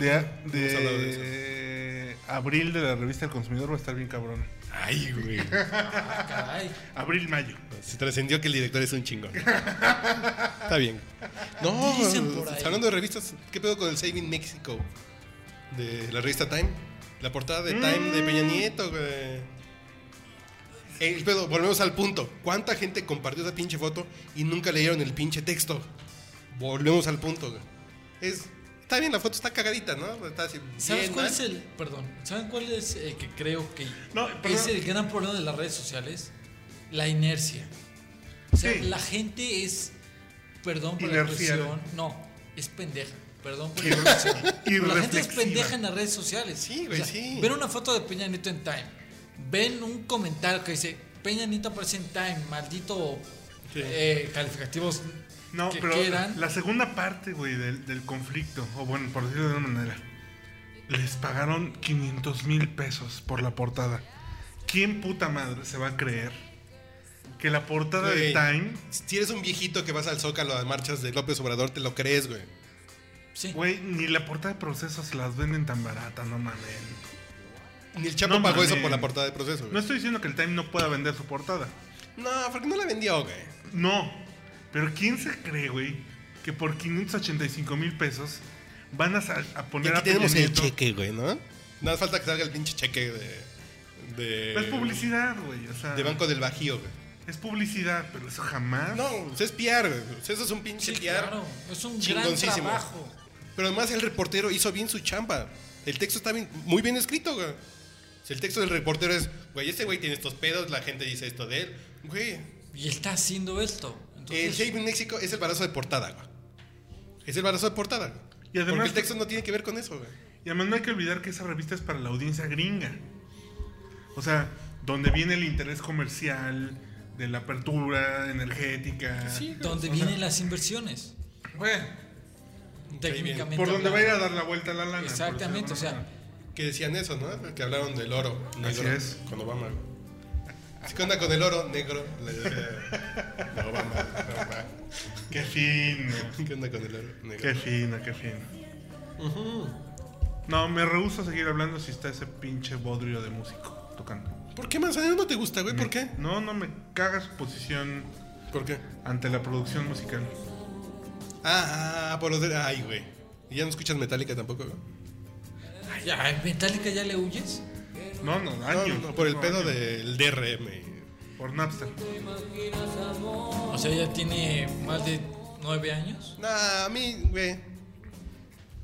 Speaker 2: De,
Speaker 3: Ah,
Speaker 1: hemos hablado
Speaker 2: de, abril de la revista El Consumidor va a estar bien cabrón.
Speaker 1: Ay, güey.
Speaker 3: Ah, caray.
Speaker 2: Abril-mayo.
Speaker 1: Se trascendió que el director es un chingón. Está bien. No,
Speaker 3: Dicen por ahí.
Speaker 1: hablando de revistas, ¿qué pedo con el Saving Mexico? De la revista Time. La portada de Time de
Speaker 3: Mm.
Speaker 1: Peña Nieto, güey. El pedo, volvemos al punto. ¿Cuánta gente compartió esa pinche foto y nunca leyeron el pinche texto? Volvemos al punto, güey. Es. Está bien, la foto está cagadita, ¿no? Está así,
Speaker 3: ¿Sabes
Speaker 1: bien,
Speaker 3: cuál
Speaker 1: mal.
Speaker 3: es el. Perdón. ¿Saben cuál es el que creo que
Speaker 2: No,
Speaker 3: es
Speaker 2: perdón.
Speaker 3: el gran problema de las redes sociales? La inercia. O sea,
Speaker 2: Sí.
Speaker 3: la gente es. Perdón por la
Speaker 2: Inercial.
Speaker 3: expresión. No, es pendeja. Perdón por la expresión, pero La gente es
Speaker 2: reflexiva.
Speaker 3: pendeja en las redes sociales.
Speaker 1: Sí, güey, sí.
Speaker 3: Ven una foto de Peña Nieto en Time. Ven un comentario que dice: Peña Nieto aparece en Time, maldito.
Speaker 1: Sí.
Speaker 3: eh, calificativos
Speaker 2: No,
Speaker 3: que
Speaker 2: pero
Speaker 3: quieran.
Speaker 2: la segunda parte, güey, del, del conflicto, o bueno, por decirlo de una manera, les pagaron 500 mil pesos por la portada. ¿Quién puta madre se va a creer que la portada
Speaker 1: Güey,
Speaker 2: de Time,
Speaker 1: Si eres un viejito que vas al Zócalo a marchas de López Obrador, te lo crees, güey.
Speaker 3: Sí.
Speaker 2: güey, ni la portada de procesos las venden tan barata, no mames.
Speaker 1: Ni el Chapo
Speaker 2: No
Speaker 1: pagó
Speaker 2: mames.
Speaker 1: eso por la portada de proceso,
Speaker 2: No
Speaker 1: güey.
Speaker 2: estoy diciendo que el Time no pueda vender su portada.
Speaker 1: No, porque no la vendió, güey.
Speaker 2: No, pero ¿quién se cree, güey, que por 585 mil pesos van a, sa- a
Speaker 1: Y
Speaker 2: poner
Speaker 1: aquí
Speaker 2: a Peña
Speaker 1: tenemos el
Speaker 2: Nieto?
Speaker 1: cheque, güey, ¿no? Nada más falta que salga el pinche cheque de. de
Speaker 2: Es Pues, publicidad, güey, o sea.
Speaker 1: De Banco del Bajío, güey.
Speaker 2: Es publicidad, pero eso jamás.
Speaker 1: No, eso es PR, güey. Eso es un pinche
Speaker 3: Sí,
Speaker 1: PR.
Speaker 3: claro. Es un gran
Speaker 1: Chingoncísimo.
Speaker 3: trabajo.
Speaker 1: Pero además el reportero hizo bien su chamba. El texto está bien- muy bien escrito, güey. Si el texto del reportero es, güey, este güey tiene estos pedos, la gente dice esto de él. Güey,
Speaker 3: Y está haciendo esto.
Speaker 1: el
Speaker 3: Entonces,
Speaker 1: Shaving México es el barazo de portada, güey. Es el barazo de portada. güey.
Speaker 2: Y además-
Speaker 1: Porque el texto no tiene que ver con eso, güey.
Speaker 2: Y además no hay que olvidar que esa revista es para la audiencia gringa. O sea, donde viene el interés comercial, de la apertura energética.
Speaker 3: ¿dónde
Speaker 2: O sea,
Speaker 3: vienen las inversiones?
Speaker 2: güey,
Speaker 3: Técnicamente.
Speaker 2: por donde va a ir
Speaker 3: hablando.
Speaker 2: a dar la vuelta la lana. por decirlo de
Speaker 3: Exactamente, o
Speaker 2: alguna
Speaker 3: sea,
Speaker 2: manera.
Speaker 1: Que decían eso, ¿no? Que hablaron del oro
Speaker 2: Así
Speaker 1: negro
Speaker 2: es.
Speaker 1: con Obama, güey. Si cuenta con el oro negro, le decía Obama, Obama.
Speaker 2: Qué fino.
Speaker 1: ¿Qué onda con el oro negro?
Speaker 2: Qué fino, qué fino. No, me rehúso a seguir hablando si está ese pinche bodrio de músico tocando.
Speaker 1: ¿Por qué Manzanero no te gusta, güey? ¿Por qué?
Speaker 2: No, no me cagas posición
Speaker 1: ¿Por qué?
Speaker 2: ante la producción musical.
Speaker 1: Ah, ah, por los de... Ay, güey. ¿Y ya no escuchas Metallica tampoco? güey?
Speaker 3: ya, ¿en Metallica ya le huyes?
Speaker 2: No, no,
Speaker 1: No,
Speaker 2: años.
Speaker 1: no, por el
Speaker 2: no,
Speaker 1: pedo
Speaker 2: años.
Speaker 1: del DRM.
Speaker 2: Por Napster.
Speaker 3: O sea, ya tiene más de nueve años.
Speaker 1: Nah, a mí, güey.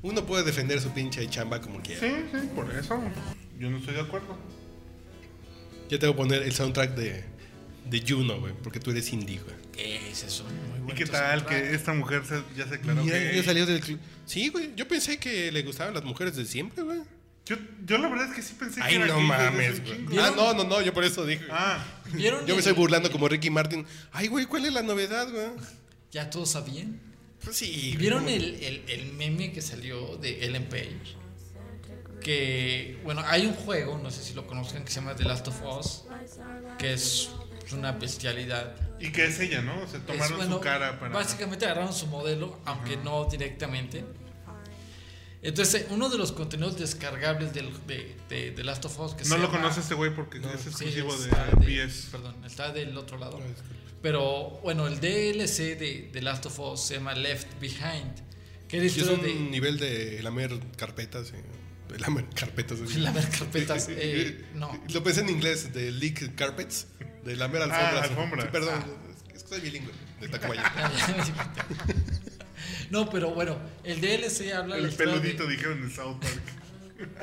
Speaker 1: Uno puede defender su pinche chamba como quiera.
Speaker 2: Sí, sí, por eso. Yo no estoy de acuerdo.
Speaker 1: Yo tengo que poner el soundtrack de, de Juno, güey, porque tú eres indie, güey.
Speaker 3: Ese es un muy
Speaker 2: ¿Y
Speaker 3: buen
Speaker 2: qué tal
Speaker 3: soundtrack.
Speaker 2: que esta mujer se- ya se declaró
Speaker 1: Mira,
Speaker 2: gay?
Speaker 1: ya salió del club. Sí, güey. Yo pensé que le gustaban las mujeres de siempre, güey.
Speaker 2: Yo, yo la verdad es que sí pensé que
Speaker 1: Ay,
Speaker 2: era
Speaker 1: no
Speaker 2: gay desde
Speaker 1: mames,
Speaker 2: hace
Speaker 1: güey.
Speaker 2: chingo.
Speaker 1: Ah, no, no, no, yo por eso dije.
Speaker 2: Ah,
Speaker 3: ¿Vieron
Speaker 1: Yo me
Speaker 3: el-
Speaker 1: estoy burlando como Ricky Martin. Ay, güey, ¿cuál es la novedad, güey?
Speaker 3: Ya todos sabían.
Speaker 1: Pues sí. güey.
Speaker 3: ¿Vieron el, el- el meme que salió de Ellen Page? Que, bueno, hay un juego, no sé si lo conozcan, que se llama The Last of Us, que es una bestialidad.
Speaker 2: y que es ella, ¿no? Se tomaron
Speaker 3: Es, bueno,
Speaker 2: su cara para...
Speaker 3: Básicamente agarraron su modelo, aunque no directamente. Entonces, uno de los contenidos descargables del, de, de- de Last of Us que se
Speaker 2: No lo
Speaker 3: llama-
Speaker 2: conoce este güey porque
Speaker 3: No,
Speaker 2: es
Speaker 3: sí,
Speaker 2: exclusivo
Speaker 3: está
Speaker 2: de PS.
Speaker 3: Perdón, está del otro lado.
Speaker 1: No, disculpa.
Speaker 3: Pero bueno, el DLC de, de Last of Us se llama Left Behind, que es
Speaker 1: Sí, es
Speaker 3: la
Speaker 1: un
Speaker 3: historia de
Speaker 1: nivel de lamer carpetas. eh, de lamer carpetas. así.
Speaker 3: lamer carpetas, eh, no.
Speaker 1: Lo pensé en inglés, de leak carpets, de lamer
Speaker 2: Ah,
Speaker 1: alfombras.
Speaker 2: alfombras.
Speaker 1: Sí, perdón, es que soy bilingüe, de Tacubaya.
Speaker 3: No, pero bueno, el DLC habla de la
Speaker 2: El
Speaker 3: historia de-
Speaker 2: peludito dijeron en South Park.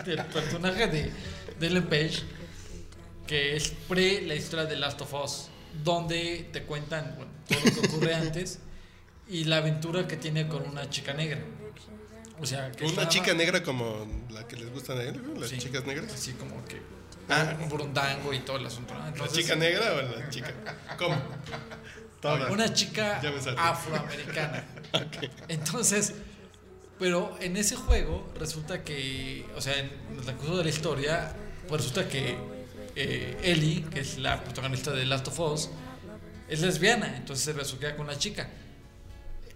Speaker 3: del personaje de, de Ellen Page, que es pre la historia de Last of Us, donde te cuentan bueno, todo lo que ocurre antes y la aventura que tiene con una chica negra. O sea, que
Speaker 1: Una
Speaker 3: estaba-
Speaker 1: chica negra como la que les gustan a él, ¿no? las
Speaker 3: Sí,
Speaker 1: chicas negras.
Speaker 3: Así como que
Speaker 1: Ah.
Speaker 3: un burundango y todo el asunto. ¿no?
Speaker 1: ¿La
Speaker 3: Entonces,
Speaker 1: chica negra o la chica? ¿Cómo? Todas.
Speaker 3: Una chica
Speaker 1: Ya me salté.
Speaker 3: afroamericana. Entonces, pero en ese juego resulta que, o sea, en el curso de la historia, pues resulta que eh, Ellie, que es la protagonista de Last of Us, es lesbiana, entonces se besuquea con una chica.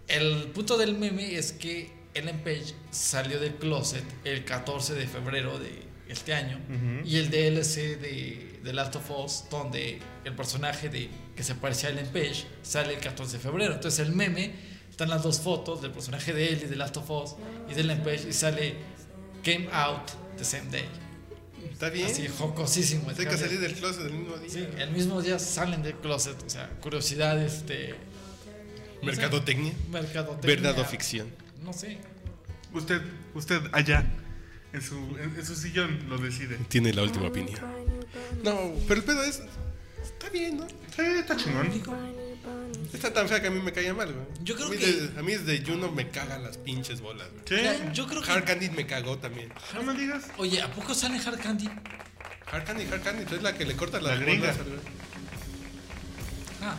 Speaker 3: El punto del meme es que Ellen Page salió del closet el 14 de febrero de este año y el DLC de, de Last of Us donde el personaje de que se parece a Ellen Page sale el 14 de febrero. Entonces el meme están las dos fotos del personaje de Ellie de Last of Us y de Ellen Page y sale Came Out the Same Day.
Speaker 1: ¿Está bien?
Speaker 3: Así jocosísimo.
Speaker 1: Hay
Speaker 3: el
Speaker 1: que
Speaker 3: cambio.
Speaker 1: salir del closet el mismo día.
Speaker 3: Sí, el mismo día salen del closet, o sea, curiosidades de
Speaker 1: Mercadotecnia.
Speaker 3: mercadotecnia.
Speaker 1: Verdad o ficción.
Speaker 3: No sé.
Speaker 2: Usted, usted allá, en su, en, en su sillón, lo decide.
Speaker 1: Tiene la última opinión. No, pero el pedo es. Está bien, ¿no?
Speaker 2: Sí, está chingón.
Speaker 1: Está tan fea que a mí me caía mal, güey.
Speaker 7: Yo creo
Speaker 1: a mí
Speaker 7: que-
Speaker 1: de- a mí desde Juno me cagan las pinches bolas, güey.
Speaker 7: Mira, yo creo que.
Speaker 1: Hard Candy me cagó también.
Speaker 2: No me digas.
Speaker 7: Oye, ¿a poco sale Hard Candy?
Speaker 1: Hard Candy, Hard Candy, tú es la que le corta las
Speaker 2: La gringa.
Speaker 1: bolas. al-
Speaker 7: Ah.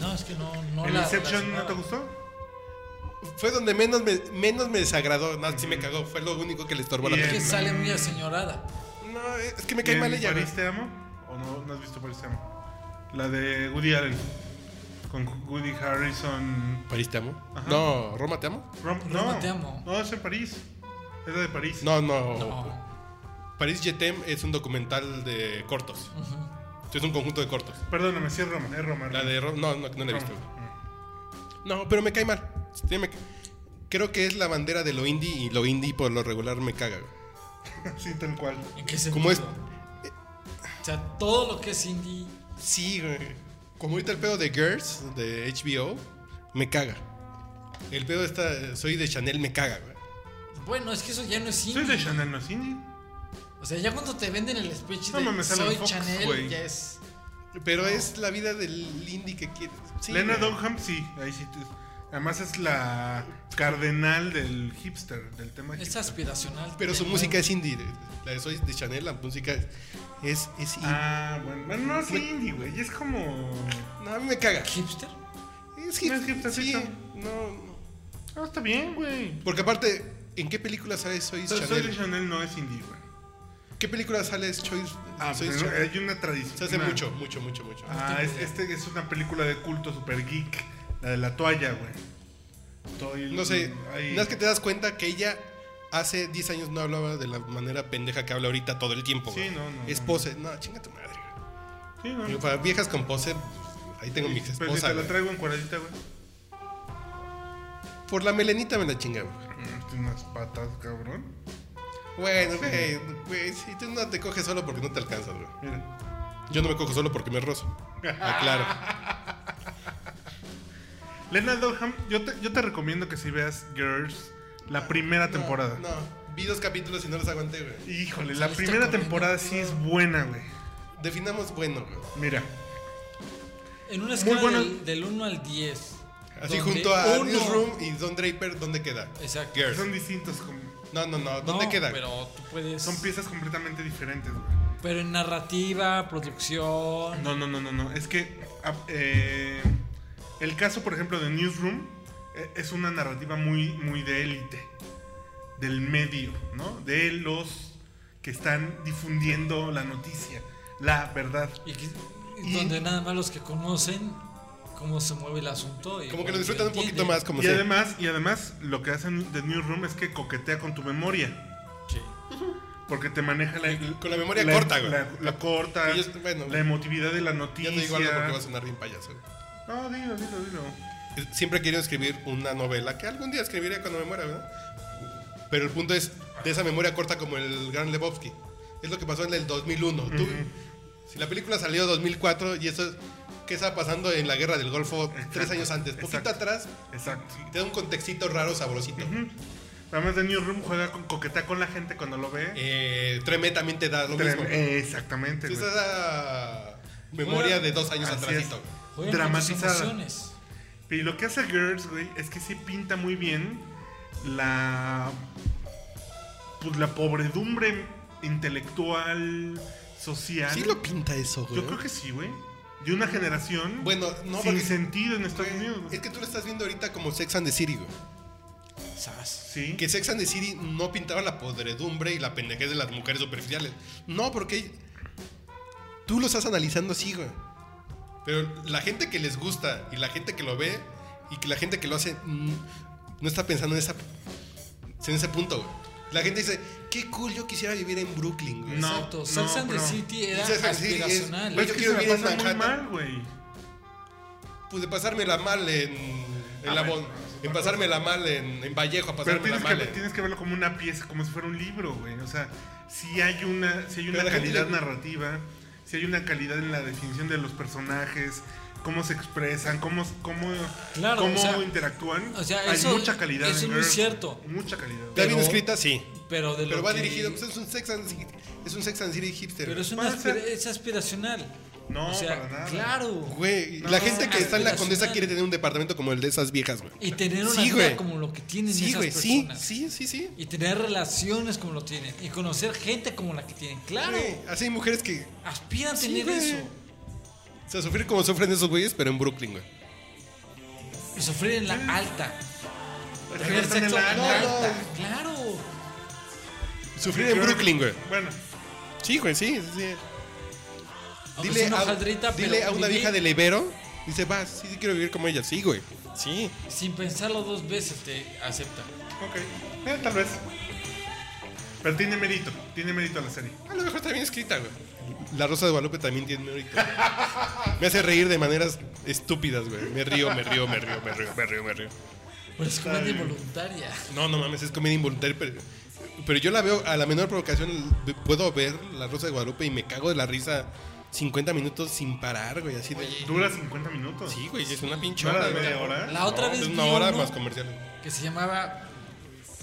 Speaker 7: No, es que no, no
Speaker 2: ¿El
Speaker 7: la.
Speaker 2: Inception
Speaker 7: la-
Speaker 2: no te gustó?
Speaker 1: Fue donde menos me, menos me desagradó. No, sí me cagó. Fue lo único que le estorbó la
Speaker 2: Y
Speaker 7: Es
Speaker 1: película.
Speaker 7: que sale muy aseñorada.
Speaker 1: No, es que me cae
Speaker 2: ¿En
Speaker 1: mal ella. güey.
Speaker 2: ¿París te amo? ¿O no, no has visto París te amo? La de Woody Allen. Con Woody Harrison.
Speaker 1: ¿París te amo?
Speaker 2: Ajá.
Speaker 1: No, ¿Roma te amo?
Speaker 2: Rom-
Speaker 7: Roma,
Speaker 2: no,
Speaker 7: te amo.
Speaker 2: No, es en París. Es la de París.
Speaker 1: No, no.
Speaker 7: No.
Speaker 1: París Jetem es un documental de cortos. Es un conjunto de cortos.
Speaker 2: Perdóname, sí es Roma. Es Roma.
Speaker 1: La de Ro- No, no, no la he
Speaker 2: Roma.
Speaker 1: visto. güey. No, pero me cae mal. Sí, me ca- Creo que es la bandera de lo indie y lo indie por lo regular me caga. güey.
Speaker 2: Sí, tal cual.
Speaker 7: ¿En qué sentido?
Speaker 1: Como es-
Speaker 7: O sea, todo lo que es indie.
Speaker 1: Sí, güey. Como ahorita el pedo de Girls, de HBO, me caga. El pedo está, soy de Chanel, me caga, güey.
Speaker 7: Bueno, es que eso ya no es indie.
Speaker 2: Soy de Chanel, no es indie.
Speaker 7: O sea, ya cuando te venden el speech
Speaker 2: No
Speaker 7: de
Speaker 2: mames, sale
Speaker 7: soy
Speaker 2: Fox,
Speaker 7: Chanel,
Speaker 2: güey.
Speaker 7: ya es.
Speaker 1: Pero es la vida del indie que quieres. Sí,
Speaker 2: Lena
Speaker 1: güey.
Speaker 2: Dunham, sí. Ahí sí. te- Además es la cardenal del hipster, del tema
Speaker 7: Es
Speaker 2: hipster.
Speaker 7: aspiracional.
Speaker 1: Pero
Speaker 7: de
Speaker 1: su
Speaker 7: nuevo.
Speaker 1: música es indie. La de Soy de Chanel, la música es, es, es indie.
Speaker 2: Ah, bueno. Bueno, no es indie, güey. Es como.
Speaker 1: No, a mí me caga.
Speaker 7: ¿Hipster?
Speaker 1: Es hip-
Speaker 2: No es hipstercito.
Speaker 1: sí, no, no.
Speaker 2: Ah, está bien, güey.
Speaker 1: Porque aparte, ¿en qué película sale Soy
Speaker 2: Soy,
Speaker 1: Chanel?
Speaker 2: de Chanel no es indie, güey.
Speaker 1: ¿Qué película sale Soy,
Speaker 2: Ah,
Speaker 1: Soy
Speaker 2: pero
Speaker 1: Chanel?
Speaker 2: hay una tradición.
Speaker 1: Se hace mucho, mucho, mucho, mucho.
Speaker 2: Ah, es- este es una película de culto super geek. La de la toalla, güey. Estoy-
Speaker 1: No sé,
Speaker 2: ahí-
Speaker 1: no es que te das cuenta que ella hace 10 años no hablaba de la manera pendeja que habla ahorita todo el tiempo.
Speaker 2: Sí,
Speaker 1: güey.
Speaker 2: no, no,
Speaker 1: Es
Speaker 2: no.
Speaker 1: pose. No, chinga tu madre. güey.
Speaker 2: Sí, no.
Speaker 1: Digo, para viejas con pose, ahí tengo mi
Speaker 2: Pero Pues, si
Speaker 1: esposa.
Speaker 2: te la
Speaker 1: güey.
Speaker 2: traigo en cuadradita, güey.
Speaker 1: Por la melenita me la chingaba.
Speaker 2: Mm, Tiene unas patas, cabrón.
Speaker 1: Bueno, güey, güey, si tú no te coges solo porque no te alcanzas, güey.
Speaker 2: Mira.
Speaker 1: Yo no me cojo solo porque me rozo. Aclaro.
Speaker 2: Ah, Lena Dunham, yo te, yo te recomiendo que si veas Girls, la primera temporada.
Speaker 1: No, vi dos capítulos y no los aguanté, güey.
Speaker 2: Híjole, la
Speaker 7: Saliste
Speaker 2: primera
Speaker 7: corriendo.
Speaker 2: temporada sí es buena, güey.
Speaker 1: Definamos bueno, güey.
Speaker 2: Mira.
Speaker 7: En una escala
Speaker 2: buena.
Speaker 7: del, del 1 al 10.
Speaker 1: Así
Speaker 7: donde
Speaker 1: junto a
Speaker 7: uno-
Speaker 1: Newsroom y Don Draper, ¿dónde queda?
Speaker 7: Exacto.
Speaker 1: Girls.
Speaker 2: Son distintos, como-
Speaker 1: No, no, no,
Speaker 7: No,
Speaker 1: ¿dónde queda?
Speaker 7: Pero tú puedes.
Speaker 2: son piezas completamente diferentes, güey.
Speaker 7: Pero en narrativa, producción.
Speaker 2: No, no, no, no, no. Es que ah, eh, el caso, por ejemplo, de Newsroom eh, es una narrativa muy, muy de élite, del medio, ¿no? De los que están difundiendo la noticia, la verdad.
Speaker 7: Y, que-
Speaker 2: Y-
Speaker 7: donde nada más los que conocen cómo se mueve el asunto. Y
Speaker 1: Como que lo disfrutan un poquito más, como
Speaker 2: Y
Speaker 1: sea.
Speaker 2: además, y además, lo que hacen de Newsroom es que coquetea con tu memoria.
Speaker 7: Sí.
Speaker 2: Porque te maneja la.
Speaker 1: Con la memoria corta, güey.
Speaker 2: La, la corta,
Speaker 1: Y es- bueno.
Speaker 2: la emotividad de la
Speaker 1: Ya
Speaker 2: noticia.
Speaker 1: te digo algo porque va a sonar bien payaso.
Speaker 2: No, dilo, dilo, dilo.
Speaker 1: Siempre he querido escribir una novela que algún día escribiré cuando me muera, ¿verdad? Pero el punto es de esa memoria corta como el gran Lebowski. Es lo que pasó en el 2001. Tú- si la película salió en 2004 y eso es. ¿Qué estaba pasando en la guerra del Golfo tres
Speaker 2: Exacto,
Speaker 1: años antes? Poquito
Speaker 2: exacto.
Speaker 1: atrás,
Speaker 2: Exacto.
Speaker 1: te da un contextito raro, sabrosito.
Speaker 2: Además, de Newsroom juega con coquetea con la gente cuando lo ve.
Speaker 1: Eh, Tremé también te da lo
Speaker 2: Trem-
Speaker 1: mismo.
Speaker 2: eh, exactamente.
Speaker 1: Es
Speaker 2: güey.
Speaker 1: esa memoria de dos años
Speaker 2: Así
Speaker 1: atrás.
Speaker 2: es.
Speaker 3: pues,
Speaker 7: Juegan con tus
Speaker 2: Dramatizada.
Speaker 7: emociones.
Speaker 2: Y lo que hace Girls, güey, es que sí pinta muy bien la. Pues la pobredumbre intelectual, social.
Speaker 1: pinta eso,
Speaker 2: Yo creo que sí, güey. De una generación
Speaker 1: Bueno, no,
Speaker 2: sin
Speaker 1: porque-
Speaker 2: sentido en Estados
Speaker 1: Güey,
Speaker 2: Unidos. güey.
Speaker 1: Es que tú lo estás viendo ahorita como Sex and the City, güey.
Speaker 7: Sas.
Speaker 2: Sí.
Speaker 1: Que Sex and the City no pintaba la podredumbre y la pendejez de las mujeres superficiales. No, porque tú lo estás analizando así, güey. Pero la gente que les gusta y la gente que lo ve y que la gente que lo hace mm, no está pensando en, esa, en ese punto, güey. La gente dice, qué cool, yo quisiera vivir en Brooklyn, güey.
Speaker 2: No,
Speaker 7: Exacto.
Speaker 2: no,
Speaker 7: Sex and the
Speaker 2: pero-
Speaker 7: City era
Speaker 1: Sex and the City es-
Speaker 7: aspiracional.
Speaker 1: Güey,
Speaker 2: Es
Speaker 1: yo
Speaker 2: que
Speaker 1: quiero
Speaker 2: se la
Speaker 1: vivir en
Speaker 2: pasan muy
Speaker 1: Manhattan.
Speaker 2: mal, güey.
Speaker 1: Pude pues, pasármela mal en, en,
Speaker 2: Ah,
Speaker 1: la
Speaker 2: bueno,
Speaker 1: bon-
Speaker 2: es otra
Speaker 1: en pasármela mal en, en Vallejo, a
Speaker 2: Pero
Speaker 1: pasármela
Speaker 2: tienes
Speaker 1: mal
Speaker 2: que,
Speaker 1: en-
Speaker 2: tienes que verlo como una pieza, como si fuera un libro, güey. O sea, si hay una, si hay
Speaker 1: Pero
Speaker 2: una
Speaker 1: la gente
Speaker 2: calidad
Speaker 1: le-
Speaker 2: narrativa, si hay una calidad en la definición de los personajes, cómo se expresan, cómo, cómo,
Speaker 7: Claro,
Speaker 2: cómo
Speaker 7: o sea,
Speaker 2: interactúan.
Speaker 7: o sea,
Speaker 2: hay
Speaker 7: eso-
Speaker 2: mucha calidad.
Speaker 7: eso
Speaker 2: en
Speaker 7: es muy
Speaker 2: Girls,
Speaker 7: cierto.
Speaker 2: Mucha calidad.
Speaker 1: Está bien
Speaker 7: Pero-
Speaker 1: escrita, sí.
Speaker 7: Pero, de
Speaker 1: Pero
Speaker 7: lo
Speaker 1: va
Speaker 7: que-
Speaker 1: pues, dirigido, pues es un Sex and City, es un Sex and City hipster.
Speaker 7: Pero es,
Speaker 1: güey.
Speaker 7: una
Speaker 2: Puede ser.
Speaker 7: aspira- es aspiracional.
Speaker 2: No,
Speaker 3: o sea,
Speaker 2: para nada.
Speaker 3: claro.
Speaker 1: Güey,
Speaker 2: No,
Speaker 1: la gente que
Speaker 3: es
Speaker 1: está en la condesa
Speaker 3: aspiracional.
Speaker 1: quiere tener un departamento como el de esas viejas, güey.
Speaker 3: Y tener una
Speaker 1: Sí,
Speaker 3: vida
Speaker 1: güey.
Speaker 3: como lo que tienen
Speaker 1: Sí,
Speaker 3: esas
Speaker 1: güey, sí,
Speaker 3: personas.
Speaker 1: sí, sí, sí.
Speaker 3: Y tener relaciones como lo tienen. Y conocer gente como la que tienen. Claro.
Speaker 1: Güey, así hay mujeres que.
Speaker 3: Aspiran a
Speaker 1: Sí,
Speaker 3: tener
Speaker 1: güey.
Speaker 3: eso.
Speaker 1: O sea, sufrir como sufren esos güeyes, pero en Brooklyn, güey.
Speaker 3: Y sufrir en la alta.
Speaker 2: Es que
Speaker 3: Tener
Speaker 2: están en
Speaker 3: sexo
Speaker 2: la-
Speaker 3: en
Speaker 2: no,
Speaker 3: la
Speaker 1: no.
Speaker 3: alta. Claro.
Speaker 1: Sufrir en
Speaker 2: creo-
Speaker 1: Brooklyn, güey.
Speaker 2: Bueno,
Speaker 1: Sí, güey, sí, sí, sí.
Speaker 3: Aunque
Speaker 1: Dile,
Speaker 3: sea una
Speaker 1: a,
Speaker 3: hojaldrita,
Speaker 1: dile
Speaker 3: pero
Speaker 1: a una
Speaker 3: vivir
Speaker 1: vieja del Ibero, dice, va, sí, sí quiero vivir como ella. Sí, güey. Sí.
Speaker 3: Sin pensarlo dos veces te acepta.
Speaker 2: ok. Eh, tal vez. Pero tiene mérito. Tiene mérito la serie.
Speaker 1: A lo mejor está bien escrita, güey. La Rosa de Guadalupe también tiene mérito. güey. Me hace reír de maneras estúpidas, güey. Me río, me río, me río, me río, me río, me río.
Speaker 3: Pero es comedia involuntaria.
Speaker 1: No, no mames, es comedia involuntaria, pero, pero yo la veo a la menor provocación. Puedo ver La Rosa de Guadalupe y me cago de la risa 50 minutos sin parar, güey. Así de.
Speaker 2: Dura 50 minutos.
Speaker 1: Sí, güey, es una pinche
Speaker 2: ¿No era
Speaker 1: hora,
Speaker 2: de
Speaker 1: güey.
Speaker 2: media hora?
Speaker 3: La otra
Speaker 1: No,
Speaker 3: vez
Speaker 1: Es
Speaker 3: vi
Speaker 1: una hora
Speaker 3: uno
Speaker 1: más comercial.
Speaker 3: que se llamaba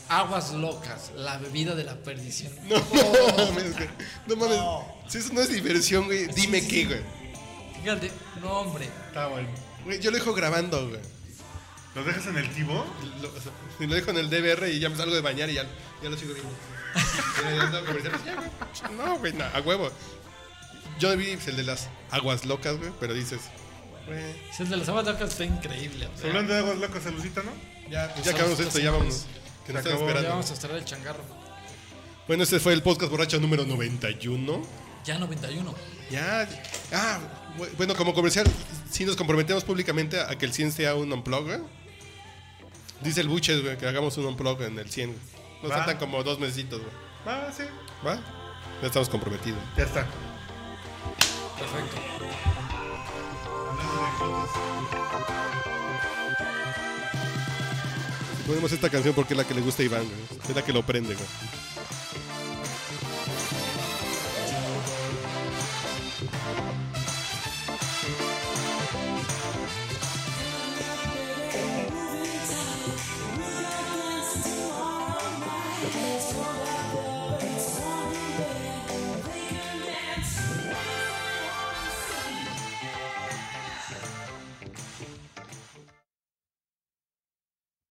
Speaker 3: Aguas Locas, la bebida de la perdición.
Speaker 1: No, no mames, güey. No mames. Si eso no es diversión, güey, dime qué, güey.
Speaker 3: Fíjate, no hombre.
Speaker 2: Está bueno.
Speaker 1: Güey, Yo lo dejo grabando, güey.
Speaker 2: ¿Los dejas en el tibo?
Speaker 1: Lo, o sea, lo dejo en el DVR y ya me salgo de bañar y ya, ya lo sigo viendo. Ya, ya estaba comercial, ya, güey. pues, no, güey, no, a huevo. Yo vi pues, el de las aguas locas, güey, pero dices, güey,
Speaker 3: Si el de las aguas locas está increíble. o sea,
Speaker 2: Hablando de aguas locas, saludita, ¿no?
Speaker 1: ya, pues,
Speaker 3: Pues
Speaker 1: ya acabamos
Speaker 3: vamos,
Speaker 1: esto,
Speaker 3: pues,
Speaker 1: ya
Speaker 3: pues,
Speaker 1: vámonos. Que nos
Speaker 2: se
Speaker 1: están
Speaker 2: acabó.
Speaker 3: ya
Speaker 1: esperando.
Speaker 3: vamos a estar el changarro.
Speaker 1: Bueno, este fue el podcast borracho número 91.
Speaker 3: Ya 91.
Speaker 1: Ya, ah, bu- bueno, como comercial, si nos comprometemos públicamente a que el 100 sea un unplug, güey. Dice el Buches, güey, que hagamos un unplug en el 100. Nos
Speaker 2: Va.
Speaker 1: faltan como dos mesitos, güey.
Speaker 2: Ah, sí.
Speaker 1: ¿Va? Ya estamos comprometidos.
Speaker 2: Ya está.
Speaker 3: Perfecto.
Speaker 2: Hablando de cosas.
Speaker 1: Ponemos esta canción porque es la que le gusta a Iván, güey. Es la que lo prende, güey.